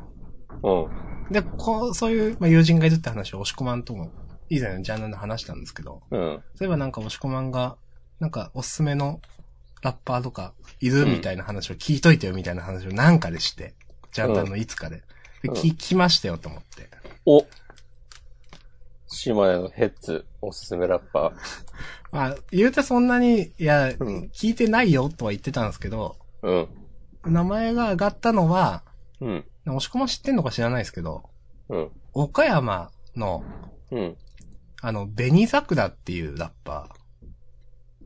Speaker 2: うん。
Speaker 1: で、こう、そういう、まあ、友人がいるって話を押し込まんとも、以前のジャンルで話したんですけど、
Speaker 2: うん。
Speaker 1: そういえばなんか押し込まんが、なんかおすすめのラッパーとかいるみたいな話を聞いといてよみたいな話をなんかでして、ジャンダンのいつかで。で、
Speaker 2: うん
Speaker 1: 聞きましたよと思って。
Speaker 2: お。島根のヘッズ、おすすめラッパー。
Speaker 1: まあ、言うてそんなに、いや、
Speaker 2: ん
Speaker 1: 聞いてないよとは言ってたんですけど、
Speaker 2: うん。
Speaker 1: 名前が上がったのは、
Speaker 2: うん。
Speaker 1: 押し込まん知ってんのか知らないですけど、
Speaker 2: うん。
Speaker 1: 岡山の、
Speaker 2: うん。
Speaker 1: あの、紅桜っていうラッパ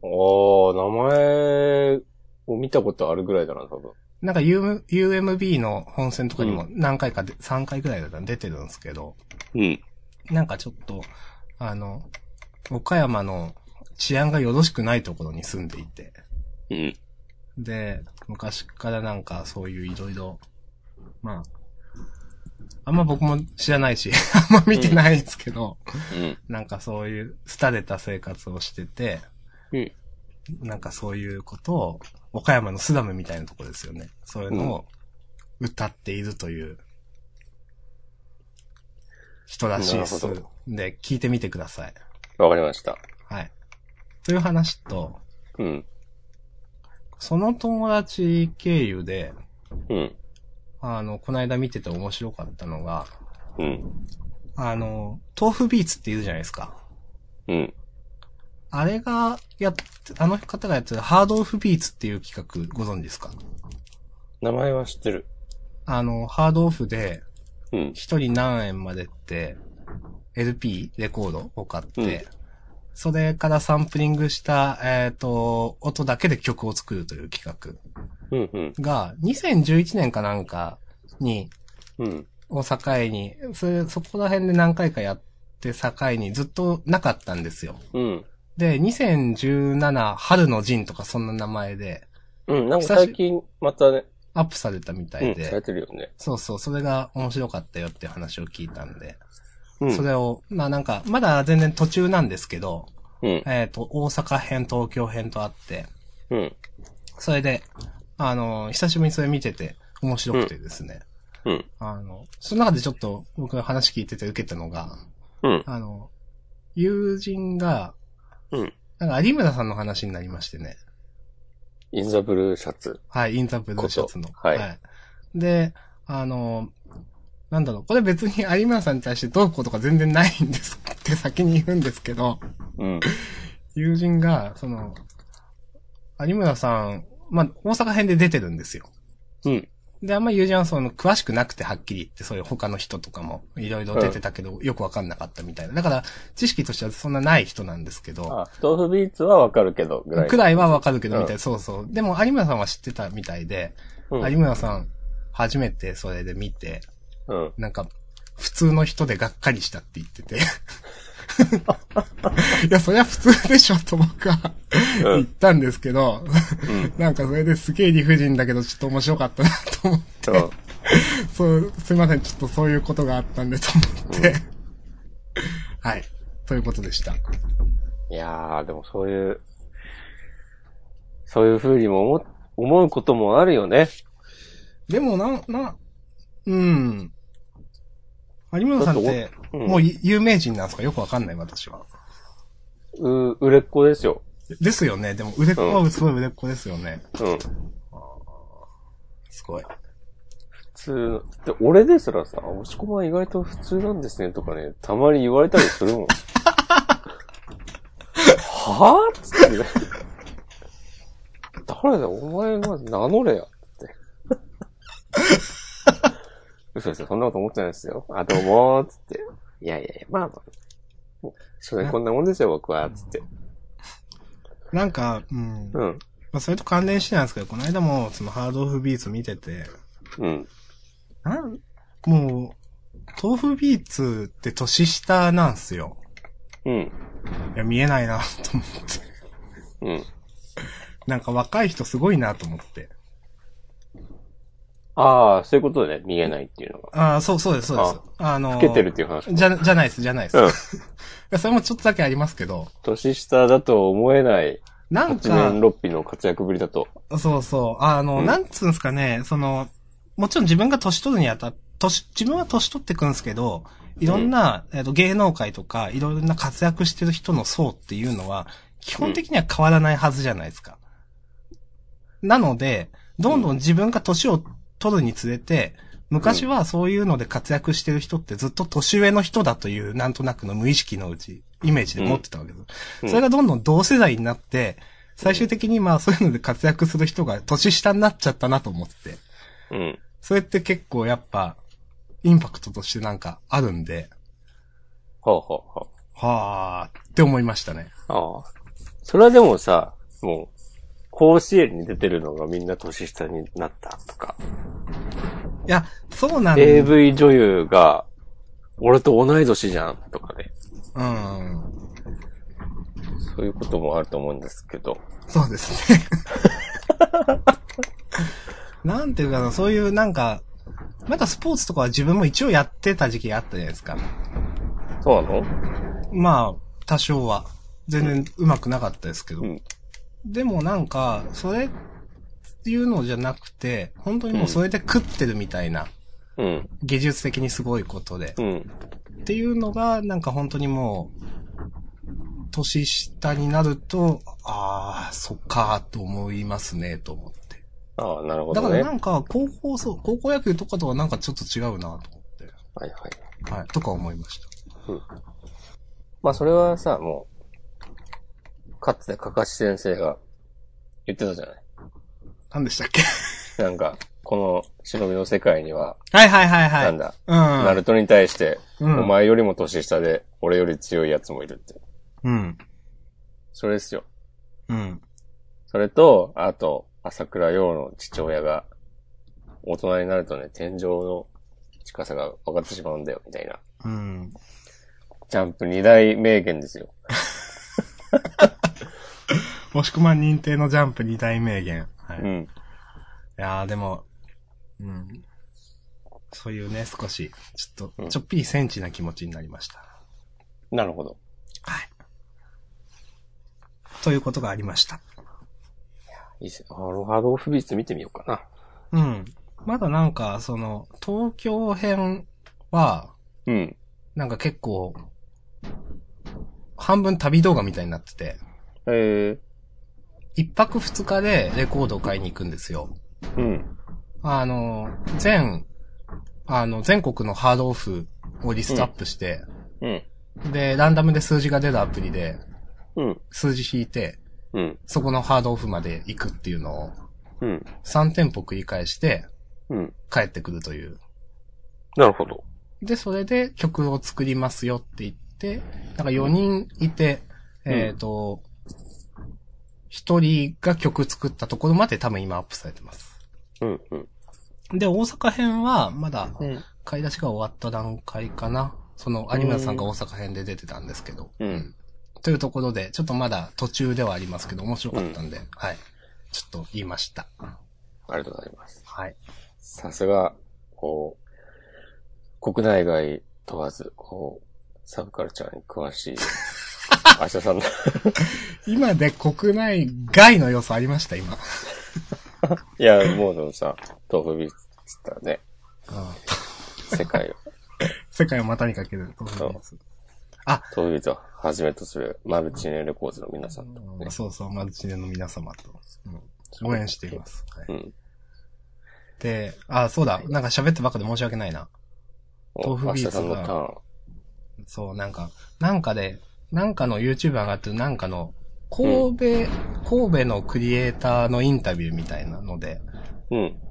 Speaker 1: ー。
Speaker 2: おー、名前を見たことあるぐらいだな、多分。
Speaker 1: なんか U- UMB の本戦とかにも何回かで、3回くらいだったら出てるんですけど、
Speaker 2: うん。
Speaker 1: なんかちょっと、あの、岡山の治安がよろしくないところに住んでいて、
Speaker 2: うん。
Speaker 1: で、昔からなんかそういういろいろ、まあ、あんま僕も知らないし、 *laughs* あんま見てないんですけど、
Speaker 2: うん。
Speaker 1: なんかそういう廃れた生活をしてて、
Speaker 2: うん
Speaker 1: なんかそういうことを、岡山のスダムみたいなとこですよね。そういうのを歌っているという、人らしいです
Speaker 2: なるほど。
Speaker 1: で、聞いてみてください。
Speaker 2: わかりました。
Speaker 1: はい。という話と、
Speaker 2: うん。
Speaker 1: その友達経由で、
Speaker 2: うん。
Speaker 1: あの、この間見てて面白かったのが、
Speaker 2: うん。
Speaker 1: あの、豆腐ビーツって言うじゃないですか。
Speaker 2: うん。
Speaker 1: あれが、やっ、あの方がやってるハードオフビーツっていう企画ご存知ですか
Speaker 2: 名前は知ってる。
Speaker 1: あの、ハードオフで、
Speaker 2: うん。
Speaker 1: 一人何円までって、LP、レコードを買って、
Speaker 2: うん
Speaker 1: それからサンプリングした、えっ、と、音だけで曲を作るという企
Speaker 2: うん。うん。
Speaker 1: 画が、2011年かなんかに、
Speaker 2: うん。
Speaker 1: を境に、それ、そこら辺で何回かやって境にずっとなかったんですよ。
Speaker 2: うん。
Speaker 1: で、2017春の陣とかそんな名前で、
Speaker 2: うん。なんか最近、またね、
Speaker 1: アップされたみた
Speaker 2: う
Speaker 1: い
Speaker 2: ん、
Speaker 1: で、
Speaker 2: されてるよね。
Speaker 1: そうそう、それが面白かったよっていう話を聞いたんで、
Speaker 2: うん。
Speaker 1: それを、まあなんか、まだ全然途中なんですけど、
Speaker 2: うん。
Speaker 1: えっ、と、大阪編、東京編とあって、
Speaker 2: うん。
Speaker 1: それで、あの、久しぶりにそれ見てて、面白くてですね、
Speaker 2: うん。
Speaker 1: あの、その中でちょっと僕の話聞いてて受けたのが、
Speaker 2: うん。
Speaker 1: あの、友人が、
Speaker 2: うん。
Speaker 1: なんか有村さんの話になりましてね、
Speaker 2: インザブルーシャツ。
Speaker 1: はい、インザブルーシャツの。
Speaker 2: ことはい
Speaker 1: で、あの、なんだろう、これ別に有村さんに対してどうこうとか全然ないんですって先に言うんですけど、
Speaker 2: うん。
Speaker 1: 友人が、その、有村さん、まあ、大阪編で出てるんですよ。
Speaker 2: うん。
Speaker 1: で、あんま友人はその、詳しくなくてはっきり言って、そういう他の人とかも、いろいろ出てたけど、よくわかんなかったみたいな。だから、知識としてはそんなない人なんですけど、
Speaker 2: あ、豆腐ビーツはわかるけど、ぐらい。
Speaker 1: くらいはわかるけど、みたい
Speaker 2: うん
Speaker 1: な。そうそう。でも、有村さんは知ってたみたいで、
Speaker 2: うん
Speaker 1: 有村さん、初めてそれで見て、
Speaker 2: うん。
Speaker 1: なんか、普通の人でがっかりしたって言
Speaker 2: *laughs*
Speaker 1: ってて。いや、そりゃ普通でしょと僕は
Speaker 2: うん
Speaker 1: 言ったんですけど、
Speaker 2: うん。
Speaker 1: なんかそれですげえ理不尽だけどちょっと面白かったなと思って、
Speaker 2: そう。
Speaker 1: そう、すいません、ちょっとそういうことがあったんでと思って。はい。ということでした。
Speaker 2: いやー、でもそういう、そういう風にも思、思うこともあるよね。
Speaker 1: でも、な、な、うん。有村さんって、
Speaker 2: うん
Speaker 1: もう有名人なんですかよくわかんない、私は。
Speaker 2: う、売れっ子ですよ。
Speaker 1: ですよね。でも、腕っ子はすごい腕っ子ですよね。
Speaker 2: うん。普
Speaker 1: すごい。
Speaker 2: 通の、で、俺ですらさ、押し込まは意外と普通なんですねとかね、たまに言われたりす *laughs* るもん。はぁつって、ね。誰だ、お前まず名乗れや。 *laughs* って。嘘ですよ、そんなこと思ってないですよ。あ、どうもー、つって。いやいやいや、まあまあ。もう所詮こんなもんですよ、僕は、つって。
Speaker 1: なんか、うん。
Speaker 2: う
Speaker 1: ま
Speaker 2: ん。
Speaker 1: あ、それと関連してなんですけど、この間も、その、ハードオフビーツ見てて、
Speaker 2: うん。
Speaker 1: なん、もう、豆腐ビーツって年下なんすよ。
Speaker 2: うん。
Speaker 1: いや、見えないな、と思って。
Speaker 2: うん。
Speaker 1: *laughs* なんか若い人すごいな、と思って。
Speaker 2: ああ、そういうことで、ね、見えないっていうのが。
Speaker 1: ああ、そう、そうです、そうです。あのー、
Speaker 2: 老けてるっていう話。
Speaker 1: じゃ、じゃないです、じゃないです。
Speaker 2: う
Speaker 1: い
Speaker 2: ん。
Speaker 1: や、それもちょっとだけありますけど、
Speaker 2: 年下だと思えない、
Speaker 1: なん
Speaker 2: 一年
Speaker 1: か、
Speaker 2: 六匹の活躍ぶりだと。
Speaker 1: そうそう、あの、
Speaker 2: うん
Speaker 1: なんつうんですかね、その、もちろん自分が年取るにあたっ年、自分は年取ってくんですけど、いろんな、えっと、芸能界とか、いろんな活躍してる人の層っていうのは、基本的には変わらないはずじゃないですか。なので、どんどん自分が年を取るにつれて、昔はそういうので活躍してる人ってずっと年上の人だという、なんとなくの無意識のうち、イメージで持ってたわけです。
Speaker 2: うん
Speaker 1: それがどんどん同世代になって、最終的にまあそういうので活躍する人が年下になっちゃったなと思って。
Speaker 2: うん。
Speaker 1: それって結構やっぱ、インパクトとしてなんかあるんで、
Speaker 2: ほうほうほう。
Speaker 1: はーって思いましたね。
Speaker 2: ああ。それはでもさ、もう、甲子園に出てるのがみんな年下になったとか、
Speaker 1: いや、そうなんだ。
Speaker 2: AV 女優が、俺と同い年じゃんとかね。
Speaker 1: うん。
Speaker 2: そういうこともあると思うんですけど。
Speaker 1: そうですね。 *laughs* なんていうかな、そういうなんか、なんかスポーツとかは自分も一応やってた時期があったじゃないですか。
Speaker 2: そうなの
Speaker 1: まあ、多少は。全然上手くなかったですけど。
Speaker 2: うん
Speaker 1: でもなんか、それっていうのじゃなくて、本当にもうそれで食ってるみたいな、
Speaker 2: うん。
Speaker 1: 技術的にすごいことで。
Speaker 2: うん。
Speaker 1: っていうのが、なんか本当にもう、年下になると、ああ、そっかーと思いますね、と思って。
Speaker 2: ああ、なるほ
Speaker 1: だか
Speaker 2: ど
Speaker 1: ら
Speaker 2: ね。
Speaker 1: な
Speaker 2: はい
Speaker 1: んか、高校、そう、高校野球とかとはなんかちょっと違うな、と思っ
Speaker 2: はい。
Speaker 1: て。はい、とか思いました。
Speaker 2: まあそれはさ、もう、かつてかかし先生が言ってたじゃない。
Speaker 1: 何でしたっけ
Speaker 2: なんか、この忍びの世界には、
Speaker 1: はいはいはいはい。
Speaker 2: なんだ、
Speaker 1: うん。
Speaker 2: ナルトに対して、
Speaker 1: うん
Speaker 2: お前よりも年下で、俺より強いやつもいるって。
Speaker 1: うん。
Speaker 2: それですよ。
Speaker 1: うん。
Speaker 2: それと、あと、朝倉陽の父親が、大人になるとね、天井の近さが分かってしまうんだよ、みたいな。
Speaker 1: うん。
Speaker 2: ジャンプ二大名言ですよ。
Speaker 1: もしくま認定のジャンプ二大名言。はい。
Speaker 2: う
Speaker 1: い
Speaker 2: ん。
Speaker 1: やーでも、うん。そういうね、少し、ちょっ
Speaker 2: う
Speaker 1: と、
Speaker 2: ん
Speaker 1: ちょっぴりセンチな気持ちになりました。
Speaker 2: なるほど。
Speaker 1: はい。ということがありました。
Speaker 2: いいっすよ。アロハドーフビーツ見てみようかな。
Speaker 1: うん。まだなんか、その、東京編は、
Speaker 2: うん。
Speaker 1: なんか結構、半分旅動画みたいになってて、
Speaker 2: え
Speaker 1: 一泊二日でレコードを買いに行くんですよ。
Speaker 2: ー、うん。
Speaker 1: あの、全、あの、全国のハードオフをリストアップして、
Speaker 2: うん。
Speaker 1: で、ランダムで数字が出るアプリで、
Speaker 2: うん。
Speaker 1: 数字引いて、
Speaker 2: うん。
Speaker 1: そこのハードオフまで行くっていうのを、
Speaker 2: うん。
Speaker 1: 3店舗繰り返して、
Speaker 2: うん。
Speaker 1: 帰ってくるという。
Speaker 2: なるほど。
Speaker 1: で、それで曲を作りますよって言って、なんか4人いて、
Speaker 2: うん
Speaker 1: えっ、と、1人が曲作ったところまで多分今アップされてます。
Speaker 2: うん、うん。
Speaker 1: で、大阪編はまだ
Speaker 2: うん。
Speaker 1: 買い出しが終わった段階かな。その、有村さんが大阪編で出てたんですけど。
Speaker 2: うん。
Speaker 1: というところで、ちょっとまだ途中ではありますけど、面白かったんで、はい。ちょっと言いました。
Speaker 2: ありがとうございます。
Speaker 1: はい。
Speaker 2: さすが、こう、国内外問わず、こう、サブカルチャーに詳
Speaker 1: *laughs*
Speaker 2: しい、明日さんだ。
Speaker 1: 今で国内外の要素ありました、今。
Speaker 2: いや、もうでもさ、豆腐ビーツっつったらね、
Speaker 1: *laughs*
Speaker 2: 世界を、
Speaker 1: 世界を股にかけると思います。
Speaker 2: 豆腐ビーツをはじめとするマルチネレコーズの皆さんとね。
Speaker 1: そうそう、マルチネの皆様と、うん応援しています。は
Speaker 2: う
Speaker 1: い、
Speaker 2: ん。
Speaker 1: で、あ、そうだ、なんか喋ってばっかで申し訳ないな。
Speaker 2: お
Speaker 1: 豆腐ビーツが
Speaker 2: 明日さんのターン。
Speaker 1: そう、なんか、なんかで、なんかの YouTube 上がってるなんかの、神戸、神戸のクリエイターのインタビューみたいなので、
Speaker 2: うん。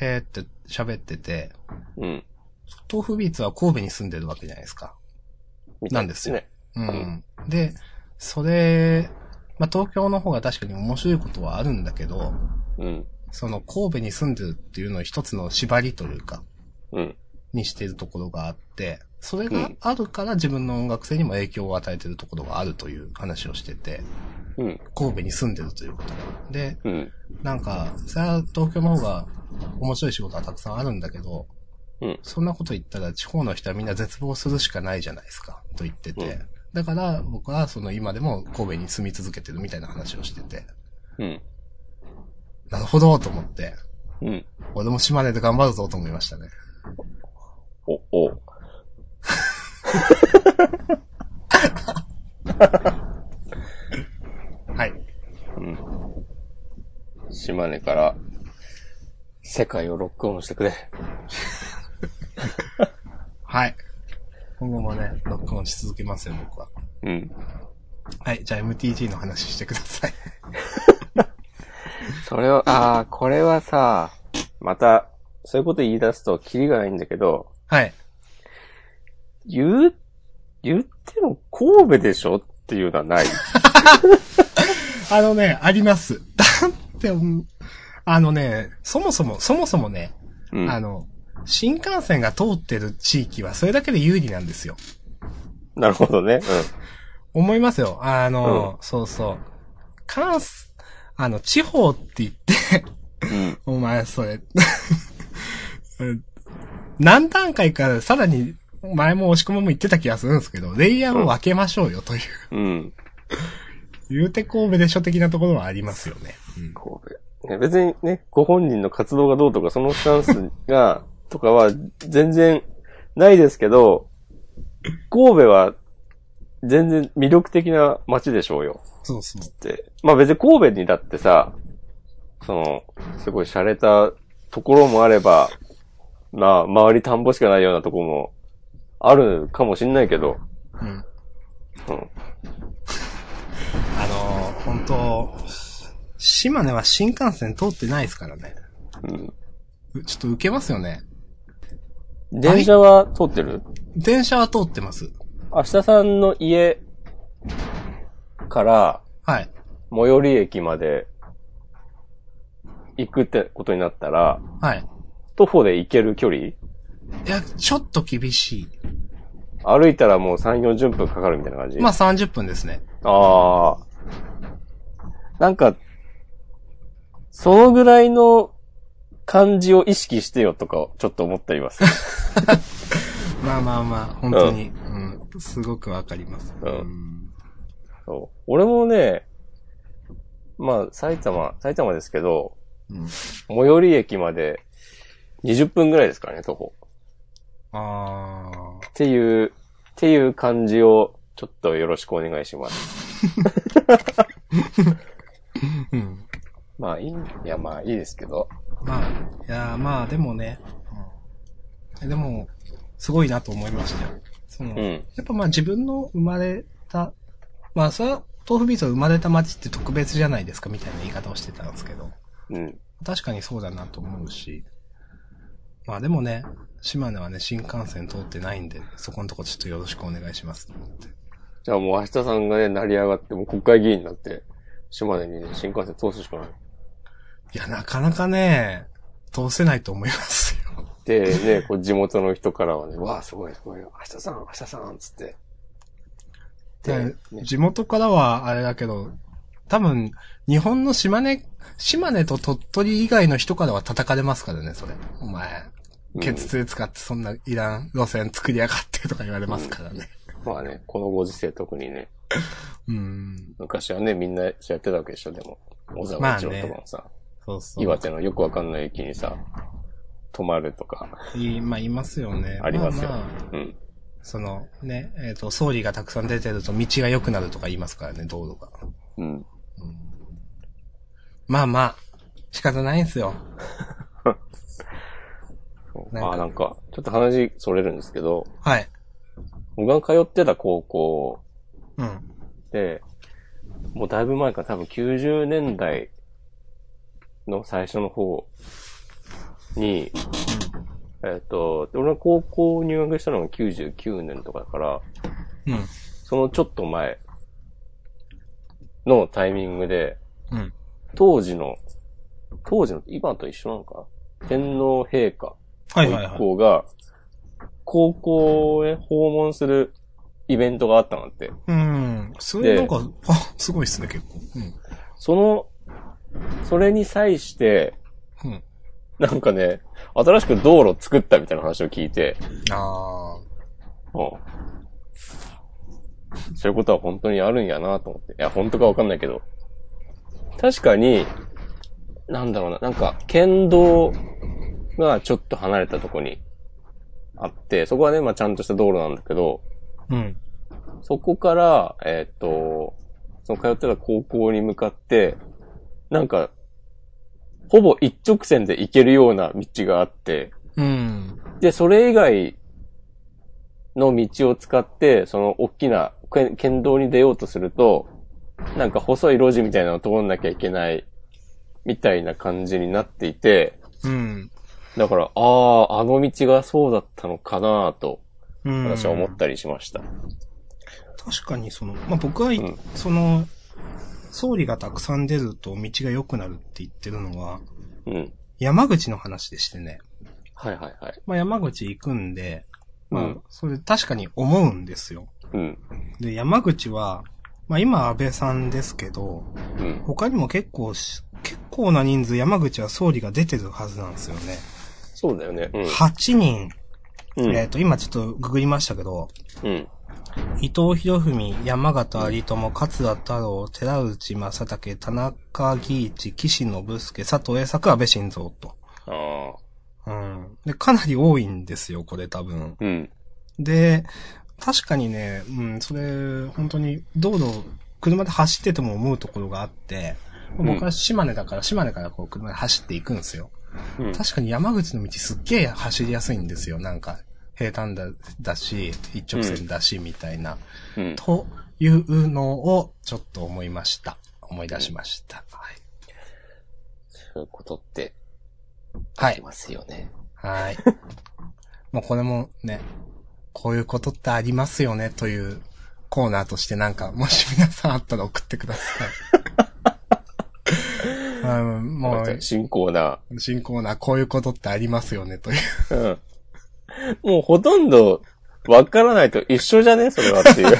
Speaker 1: へーって喋ってて、
Speaker 2: うん。
Speaker 1: 豆腐ビーツは神戸に住んでるわけじゃないですか。
Speaker 2: みた
Speaker 1: ないんですよ
Speaker 2: ね。
Speaker 1: うん。で、それ、まあ、東京の方が確かに面白いことはあるんだけど、
Speaker 2: うん。
Speaker 1: その神戸に住んでるっていうのを一つの縛りというか、
Speaker 2: うん。
Speaker 1: にしてるところがあって、それがあるから自分の音楽性にも影響を与えてるところがあるという話をしてて、
Speaker 2: うん。
Speaker 1: 神戸に住んでるということが。で、
Speaker 2: うん。
Speaker 1: なんか、それは東京の方が面白い仕事はたくさんあるんだけど、
Speaker 2: うん
Speaker 1: そんなこと言ったら地方の人はみんな絶望するしかないじゃないですか、と言ってて。
Speaker 2: うん
Speaker 1: だから僕はその今でも神戸に住み続けてるみたいな話をしてて、
Speaker 2: うん。
Speaker 1: なるほどと思って、
Speaker 2: うん。
Speaker 1: 俺も島根で頑張るぞと思いましたね。
Speaker 2: お、お。
Speaker 1: はい。
Speaker 2: 島根から、世界をロックオンしてくれ。
Speaker 1: はい。今後もね、ロックオンし続けますよ、僕は。
Speaker 2: うん。
Speaker 1: はい、じゃあ MTG の話してください。 *laughs*
Speaker 2: そ *laughs* れを、ああ、これはさ、また、そういうこと言い出すと、キリがないんだけど、
Speaker 1: はい。
Speaker 2: 言う、言っても神戸でしょっていうのは *laughs* ない。
Speaker 1: あのね、あります。 *laughs* だって、うんあのね、そもそも、そもそもね、
Speaker 2: うん。
Speaker 1: あの、新幹線が通ってる地域はそれだけで有利なんですよ。
Speaker 2: なるほどね。
Speaker 1: 思いますよ。あの、そうそう。関す、あの、地方って言って、 *laughs*
Speaker 2: うん。うん。
Speaker 1: お前、それ。 *laughs* うん何段階か、さらに、前も押し込みも言ってた気がするんですけど、レイヤーを分けましょうよという、
Speaker 2: うん。
Speaker 1: 言うて神戸でしょ的なところはありますよね。
Speaker 2: 神戸。ね、別にね、ご本人の活動がどうとか、そのスタンスが、 *laughs* とかは、全然、ないですけど、神戸は、全然魅力的な街でしょうよ。
Speaker 1: そうそう。
Speaker 2: って。まあ別に神戸にだってさ、その、すごい洒落たところもあれば、まあ、周り田んぼしかないようなところもあるかもしんないけど、
Speaker 1: うん。
Speaker 2: うん。
Speaker 1: あのー本当島根は新幹線通ってないですからね。
Speaker 2: うん。
Speaker 1: うちょっと受けますよね。
Speaker 2: 電車は通ってる
Speaker 1: 電車は通ってます。
Speaker 2: 明日さんの家から
Speaker 1: はい。
Speaker 2: 最寄り駅まで行くってことになったら、
Speaker 1: はい。
Speaker 2: 徒歩で行ける距離
Speaker 1: いや、ちょっと厳しい。
Speaker 2: 歩いたらもう3、40分かかるみたいな感じ
Speaker 1: まあ30分ですね。
Speaker 2: ああ。なんか、そのぐらいの感じを意識してよとか、ちょっと思ってい *laughs* ます。
Speaker 1: まあまあまあ、本当に。うん。すごくわかります。
Speaker 2: うん
Speaker 1: ん。
Speaker 2: そう俺もね、まあ、埼玉、埼玉ですけど、
Speaker 1: うん、
Speaker 2: 最寄り駅まで20分ぐらいですからね、徒歩。
Speaker 1: あー
Speaker 2: っていう、っていう感じを、ちょっとよろしくお願いします。
Speaker 1: うん。
Speaker 2: まあ、いい、いや、まあ、いいですけど。
Speaker 1: まあ、いやーまあでもね。うん、でも、すごいなと思いましたよ。その、
Speaker 2: うん。
Speaker 1: やっぱまあ自分の生まれた、まあそれは、豆腐ビーツは生まれた街って特別じゃないですかみたいな言い方をしてたんですけど、
Speaker 2: うん。
Speaker 1: 確かにそうだなと思うし、まあでもね、島根はね、新幹線通ってないんで、そこのとこちょっとよろしくお願いします。
Speaker 2: じゃあもう明日さんがね、成り上がって、もう国会議員になって、島根にね、新幹線通すしかない。
Speaker 1: いや、なかなかね、通せないと思いますよ。
Speaker 2: で、ね、こう地元の人からはね、わあ、すごい、すごい、明日さん、明日さん、つって。で、
Speaker 1: で
Speaker 2: ね
Speaker 1: 地元からはあれだけど、多分、日本の島根、島根と鳥取以外の人からは叩かれますからね、それ。お前、ケツ2使ってそんないらん路線作りやがってとか言われますからね。
Speaker 2: うんまあね、このご時世特にね、
Speaker 1: うん。
Speaker 2: 昔はね、みんなやってたわけでしょ、でも。小
Speaker 1: まあ
Speaker 2: 沢一郎
Speaker 1: ね
Speaker 2: とかもさ、
Speaker 1: そうそう。
Speaker 2: 岩手のよくわかんない駅にさ、泊まるとか。
Speaker 1: いまあ、いますよね。
Speaker 2: ありますよ
Speaker 1: ああ
Speaker 2: うん。
Speaker 1: そのね、えっ、と、総理がたくさん出てると道が良くなるとか言いますからね、道路が。
Speaker 2: うん。
Speaker 1: まあまあ、仕方ないんすよ。
Speaker 2: そう
Speaker 1: なんか
Speaker 2: あ、なんか、ちょっと話それるんですけど、
Speaker 1: はい。
Speaker 2: 僕が通ってた高校
Speaker 1: うん。
Speaker 2: で、もうだいぶ前から多分90年代の最初の方に、えっと、俺が高校入学したのが99年とかだから、
Speaker 1: うん。
Speaker 2: そのちょっと前のタイミングで、
Speaker 1: うん。
Speaker 2: 当時の、当時の、今と一緒なのかな天皇陛下
Speaker 1: はい
Speaker 2: ご
Speaker 1: はい
Speaker 2: 一
Speaker 1: はい。
Speaker 2: 行が、高校へ訪問するイベントがあったんだって。
Speaker 1: うん。それ
Speaker 2: で
Speaker 1: なんか、あ、 *laughs* すごいっすね、結構。う
Speaker 2: その、それに際して、
Speaker 1: ん。うん。
Speaker 2: なんかね、新しく道路作ったみたいな話を聞いて、
Speaker 1: あ
Speaker 2: うんそういうことは本当にあるんやなと思って。いや、本当かわかんないけど。確かに、なんだろうな、なんか、県道がちょっと離れたとこにあって、そこはね、まあちゃんとした道路なんだけど、
Speaker 1: あ。うん。
Speaker 2: そこから、えーっと、その通ってた高校に向かって、なんか、ほぼ一直線で行けるような道があって、
Speaker 1: うん。
Speaker 2: で、それ以外の道を使って、その大きな県県道に出ようとすると、なんか細い路地みたいなのを通んなきゃいけない、みたいな感じになっていて、
Speaker 1: うん。
Speaker 2: だから、ああ、あの道がそうだったのかなと、
Speaker 1: うん。
Speaker 2: 私は思ったりしました。
Speaker 1: 確かにその、まあ、僕は、
Speaker 2: ん
Speaker 1: その、総理がたくさん出ると道が良くなるって言ってるのは、
Speaker 2: うん。
Speaker 1: 山口の話でしてね。
Speaker 2: はいはいはい。
Speaker 1: まあ、山口行くんで、ま
Speaker 2: う
Speaker 1: あ
Speaker 2: ん、
Speaker 1: それ確かに思うんですよ。
Speaker 2: うん。
Speaker 1: で、山口は、まあ今安倍さんですけど、
Speaker 2: うん。
Speaker 1: 他にも結構し、結構な人数山口は総理が出てるはずなんですよね。
Speaker 2: そうだよね。うん。
Speaker 1: 8人、
Speaker 2: うん
Speaker 1: えっ、と、今ちょっとググりましたけど、
Speaker 2: うん。
Speaker 1: 伊藤博文、山形有友、桂太郎、寺内正武、田中義一、岸信介、佐藤栄作、安倍晋三と。
Speaker 2: ああ。
Speaker 1: うん。で、かなり多いんですよ、これ多分。
Speaker 2: うん。
Speaker 1: で、確かにね、うん、それ、本当に、道路、車で走ってても思うところがあって、僕は島根だから、島根からこう、車で走っていくんですよ。
Speaker 2: うん。
Speaker 1: 確かに山口の道すっげえ走りやすいんですよ、なんか。平坦だ、だし、一直線だし、みたいな。
Speaker 2: うん
Speaker 1: というのを、ちょっと思いました。思い出しました。はい。
Speaker 2: そういうことって、
Speaker 1: は
Speaker 2: あり
Speaker 1: い。
Speaker 2: ますよね。
Speaker 1: はい。 *laughs* もうこれもね、こういうことってありますよねというコーナーとしてなんか、もし皆さんあったら送ってください。
Speaker 2: *laughs*
Speaker 1: あのも
Speaker 2: まあ新コーナ
Speaker 1: う、新コーナー、こういうことってありますよねという。
Speaker 2: ー。うん。もうほとんど、わからないと一緒じゃねそれは
Speaker 1: *laughs*
Speaker 2: っていう。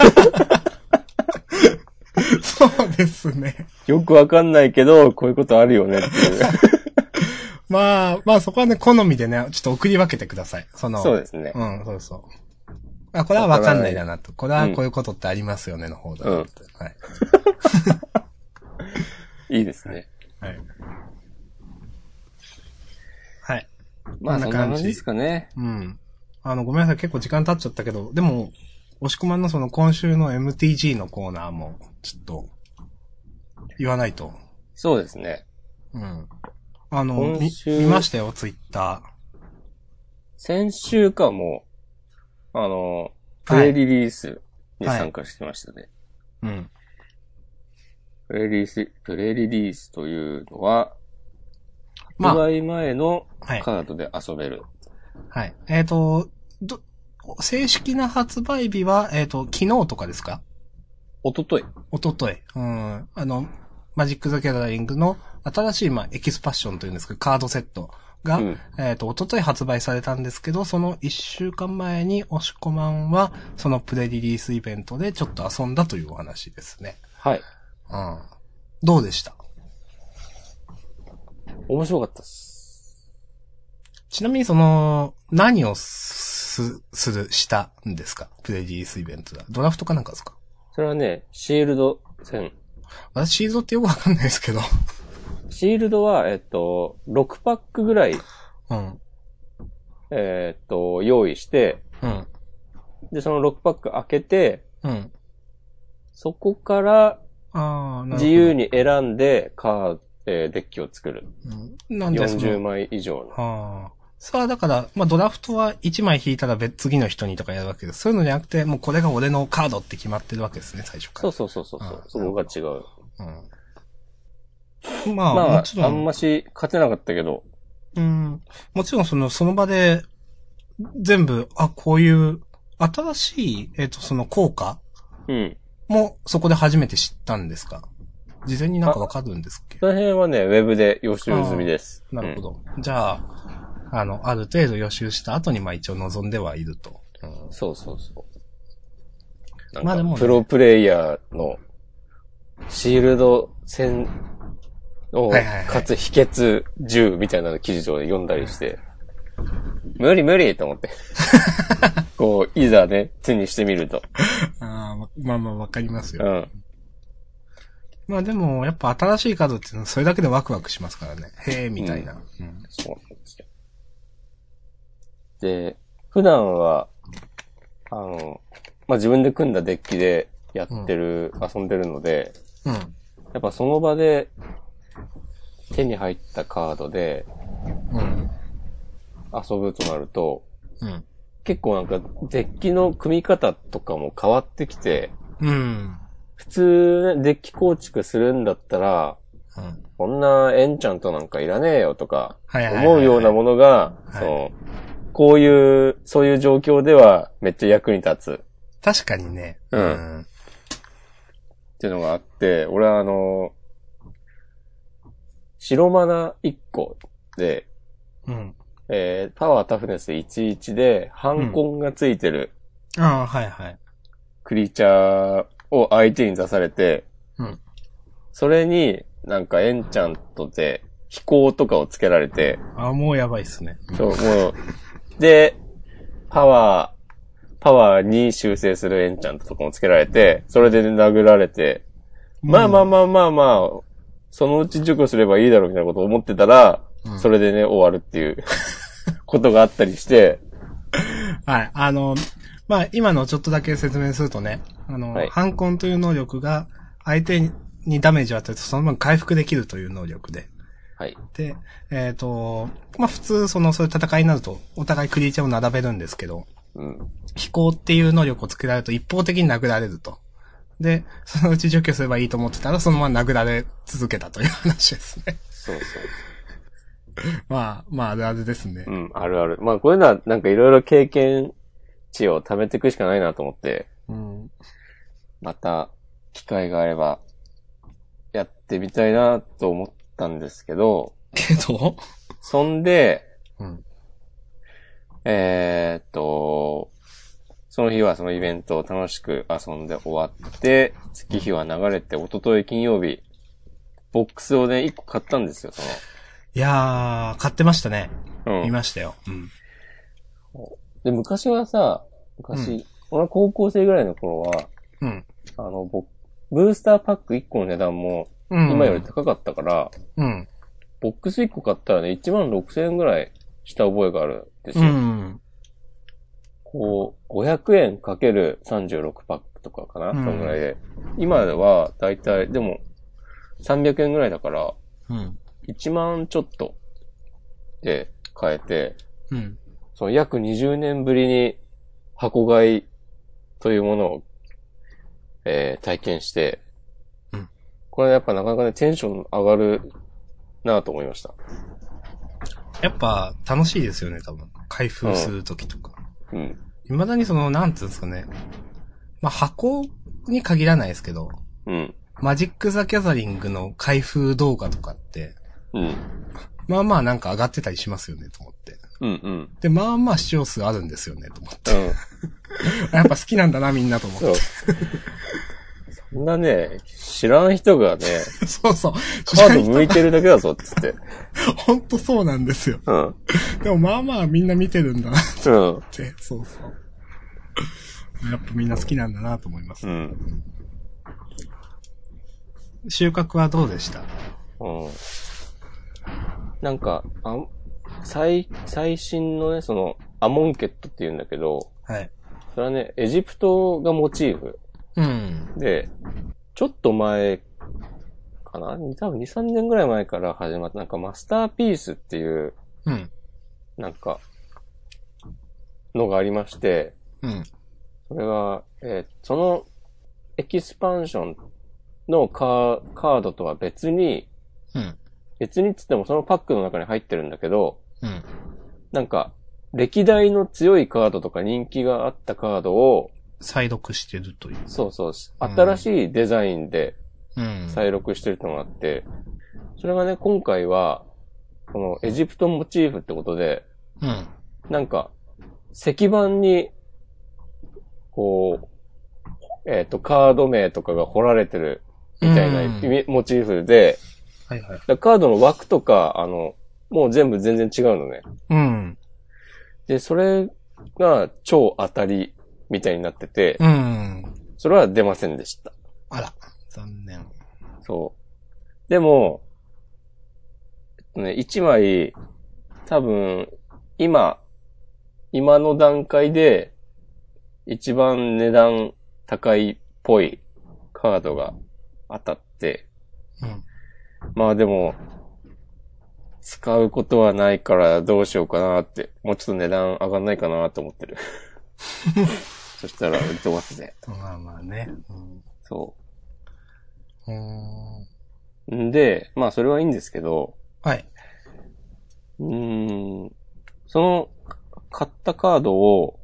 Speaker 1: そうですね。
Speaker 2: よくわかんないけど、こういうことあるよねっていう。
Speaker 1: まあ、まあそこはね、好みでね、ちょっと送り分けてください。その、
Speaker 2: そうですね。
Speaker 1: うん、そうそう。あ、これはわかんないだなと。これはこういうことってありますよねの方だなと、
Speaker 2: うん
Speaker 1: はい。
Speaker 2: いいですね。
Speaker 1: はい。はい。
Speaker 2: まあ、
Speaker 1: こ
Speaker 2: そ
Speaker 1: んな感
Speaker 2: んな
Speaker 1: じ
Speaker 2: 感じですかね。
Speaker 1: うん。あの、ごめんなさい、結構時間経っちゃったけど、でも、押し込まんのその今週の MTG のコーナーも、ちょっと、言わないと。
Speaker 2: そうですね。
Speaker 1: うん。あの、
Speaker 2: 今
Speaker 1: み
Speaker 2: 週
Speaker 1: 見ましたよ、ツイッタ
Speaker 2: 先週かもう、あの、プレリリースに参加してましたね。
Speaker 1: ー。うん。
Speaker 2: プレリリース、プレリリースというのは、
Speaker 1: まあ
Speaker 2: 発売前の
Speaker 1: はい
Speaker 2: カードで遊べる。
Speaker 1: はい。えっ、と、ど、正式な発売日は、えっ、と、昨日とかですか
Speaker 2: おととい。
Speaker 1: 一昨日うん。あの、マジック・ザ・ギャザリングの新しい、まあ、エキスパッションというんですけど、カードセットが、
Speaker 2: うん
Speaker 1: えっ、と、一昨日発売されたんですけど、その一週間前に、押し込まんは、そのプレリリースイベントでちょっと遊んだというお話ですね。
Speaker 2: はい。
Speaker 1: うん。どうでした
Speaker 2: 面白かったっす。
Speaker 1: ちなみにその、何をす、する、したんですかプレリリースイベントだ。ドラフトかなんかですか
Speaker 2: それはね、シールド戦。
Speaker 1: 私、シードってよくわかんないですけど。
Speaker 2: シールドは、えっと、6パックぐらい、
Speaker 1: うん。
Speaker 2: えっと、用意して、
Speaker 1: うん。
Speaker 2: で、その6パック開けて、
Speaker 1: うん。
Speaker 2: そこから
Speaker 1: ああ、なるほど。
Speaker 2: 自由に選んでカー、えーデッキを作る。
Speaker 1: うん。なんでその
Speaker 2: 40枚以上の。
Speaker 1: ああ。さあ、だから、まあ、ドラフトは1枚引いたら別、次の人にとかやるわけです。そういうのじゃなくて、もうこれが俺のカードって決まってるわけですね、最初か
Speaker 2: そ
Speaker 1: ら。
Speaker 2: うそうそうそう
Speaker 1: あ。
Speaker 2: そこが違う。
Speaker 1: うん。まあ、
Speaker 2: ま
Speaker 1: も
Speaker 2: あ
Speaker 1: ち、
Speaker 2: あ
Speaker 1: ろ
Speaker 2: ん
Speaker 1: ん、
Speaker 2: まし勝てなかったけど、
Speaker 1: うん。もちろん、その、その場で、全部、あ、こういう、新しい、えっ、と、その効果
Speaker 2: うん。
Speaker 1: も、そこで初めて知ったんですか事前になんかわかるんですっけ
Speaker 2: その辺はね、ウェブで予習済みです。
Speaker 1: なるほど。じゃあ、あの、ある程度予習した後に、まあ一応望んではいると。うん
Speaker 2: うん。そうそうそう。なんか
Speaker 1: まあでもね
Speaker 2: プロプレイヤーのシールド戦を
Speaker 1: はいはいはい
Speaker 2: 勝つ秘訣10みたいなの記事上で読んだりして、無理無理と思
Speaker 1: *laughs*
Speaker 2: って。こう、いざね、手にしてみると。
Speaker 1: ああ、まあまあわかりますよ
Speaker 2: う。ん。
Speaker 1: まあでも、やっぱ新しいカードっていうのはそれだけでワクワクしますからね。へえ、みたいな。うん
Speaker 2: そうなんですよ。で、普段は、あの、まあ、自分で組んだデッキでやってる、遊んでるので、
Speaker 1: うん。
Speaker 2: やっぱその場で手に入ったカードで
Speaker 1: うん。
Speaker 2: 遊ぶとなると、
Speaker 1: うん。
Speaker 2: 結構なんかデッキの組み方とかも変わってきて、
Speaker 1: うん。
Speaker 2: 普通ねデッキ構築するんだったら、
Speaker 1: うん。
Speaker 2: こんなエンチャントなんかいらねえよとか、
Speaker 1: はいはいはいはい
Speaker 2: 思うようなものが、
Speaker 1: い
Speaker 2: そのこういう、そういう状況ではめっちゃ役に立つっ
Speaker 1: 確かにね。
Speaker 2: うん。ていうのがあって、俺はあの、白マナ1個で、
Speaker 1: うん。
Speaker 2: えーパワータフネス11で、ハンコンがついてる
Speaker 1: ああ、はいはい。
Speaker 2: クリーチャーを相手に出されて、
Speaker 1: うん。
Speaker 2: それになんかエンチャントで飛行とかをつけられて、
Speaker 1: ああ、もうやばいっすね。
Speaker 2: そう、もう、で、パワー、パワーに修正するエンチャントとかもつけられて、それで殴られて、まあまあまあまあまあ、そのうち熟すればいいだろうみたいなことを思ってたら、
Speaker 1: うん
Speaker 2: それでね、終わるっていう *laughs* ことがあったりして、
Speaker 1: はい。あの、まあ、今のちょっとだけ説明するとね、あの、
Speaker 2: はい
Speaker 1: ハンコンという能力が、相手にダメージを与えるとその分回復できるという能力で。
Speaker 2: はい。
Speaker 1: で、えっ、と、まあ、普通、その、そういう戦いになると、お互いクリーチャーを並べるんですけど、
Speaker 2: うん。
Speaker 1: 飛行っていう能力をつけられると一方的に殴られると。で、そのうち除去すればいいと思ってたら、そのまま殴られ続けたという話ですね。 *laughs*
Speaker 2: そうそう。
Speaker 1: まあ、まあ、あるあるですね
Speaker 2: う。ん、あるある。まあ、こういうのは、なんかいろいろ経験値を貯めていくしかないなと思って、
Speaker 1: うん。
Speaker 2: また、機会があれば、やってみたいなと思ったんですけど、
Speaker 1: けど、
Speaker 2: そんで、
Speaker 1: うん。
Speaker 2: えーっと、その日はそのイベントを楽しく遊んで終わって、月日は流れて、一昨日金曜日、ボックスをね、一個買ったんですよ、そ
Speaker 1: いやー、買ってましたね。
Speaker 2: の。う
Speaker 1: 見
Speaker 2: ん。
Speaker 1: ましたよ。うん。
Speaker 2: で、昔はさ、昔、
Speaker 1: うん
Speaker 2: 俺は高校生ぐらいの頃は、
Speaker 1: うん。
Speaker 2: あの、ボブースターパック1個の値段も、
Speaker 1: うん。
Speaker 2: 今より高かったから、
Speaker 1: うん。
Speaker 2: ボックス1個買ったらね、1万6000円ぐらいした覚えがあるんです
Speaker 1: う
Speaker 2: よ。
Speaker 1: ん。
Speaker 2: こう、500円かける36パックとかかな、
Speaker 1: うん
Speaker 2: そのぐらいで。今では、だいたい、でも、300円ぐらいだから、
Speaker 1: うん。
Speaker 2: 1万ちょっとで買えて、
Speaker 1: うん。
Speaker 2: その約20年ぶりに箱買いというものを、えー体験して、
Speaker 1: うん
Speaker 2: これやっぱなかなかね、テンション上がるなぁと思いました。
Speaker 1: やっぱ、楽しいですよね、多分。開封するときとか。
Speaker 2: うん。
Speaker 1: 未だにその、なんつうんですかね。まあ、箱に限らないですけど、
Speaker 2: うん。
Speaker 1: マジック・ザ・ギャザリングの開封動画とかって、
Speaker 2: うん。
Speaker 1: まあまあなんか上がってたりしますよね、と思って。
Speaker 2: うん。うん。
Speaker 1: で、まあまあ視聴数あるんですよね、と思って。
Speaker 2: うん。
Speaker 1: *laughs* やっぱ好きなんだな、みんなと思っ
Speaker 2: そう
Speaker 1: て。。
Speaker 2: そんなね、知らん人がね、
Speaker 1: そうそう。
Speaker 2: カード向いてるだけだぞ、つって。
Speaker 1: ほんとそうなんですよ。
Speaker 2: うん。
Speaker 1: でもまあまあみんな見てるんだなっ
Speaker 2: うん。
Speaker 1: て、そうそう。やっぱみんな好きなんだなと思います
Speaker 2: う。ん。
Speaker 1: 収穫はどうでした
Speaker 2: うん。なんか、あん最、最新のね、その、アモンケットって言うんだけど、
Speaker 1: はい。
Speaker 2: それはね、エジプトがモチーフ
Speaker 1: うん。
Speaker 2: で、ちょっと前かな多分2、3年ぐらい前から始まった、なんかマスターピースっていう、
Speaker 1: うん。
Speaker 2: なんか、のがありまして、
Speaker 1: うん。
Speaker 2: それが、えーそのエキスパンションのカーカードとは別に、
Speaker 1: うん。
Speaker 2: 別にっつってもそのパックの中に入ってるんだけど、
Speaker 1: うん。
Speaker 2: なんか、歴代の強いカードとか人気があったカードを、
Speaker 1: 再読してるという。
Speaker 2: そうそう、
Speaker 1: うん
Speaker 2: 新しいデザインで
Speaker 1: うん。
Speaker 2: 再録してるのがあって、それがね、今回は、このエジプトモチーフってことで、
Speaker 1: うん。
Speaker 2: なんか、石板に、こう、えっ、と、カード名とかが彫られてるみたいな
Speaker 1: うん
Speaker 2: イメモチーフで、
Speaker 1: はいはい。
Speaker 2: だからカードの枠とか、あの、もう全部全然違うのね。
Speaker 1: うん。
Speaker 2: で、それが超当たりみたいになってて、
Speaker 1: うん。
Speaker 2: それは出ませんでした。
Speaker 1: あら、残念。
Speaker 2: そう。でも、えっとね、1枚、多分、今、今の段階で、一番値段高いっぽいカードが当たって、
Speaker 1: うん。
Speaker 2: まあでも、使うことはないからどうしようかなって、もうちょっと値段上がんないかなと思ってる。そしたら、売り飛ばすぜ。
Speaker 1: まあまあね。うん。
Speaker 2: そ
Speaker 1: うん
Speaker 2: う。んで、まあそれはいいんですけど、
Speaker 1: はい。
Speaker 2: うーん。その、買ったカードを、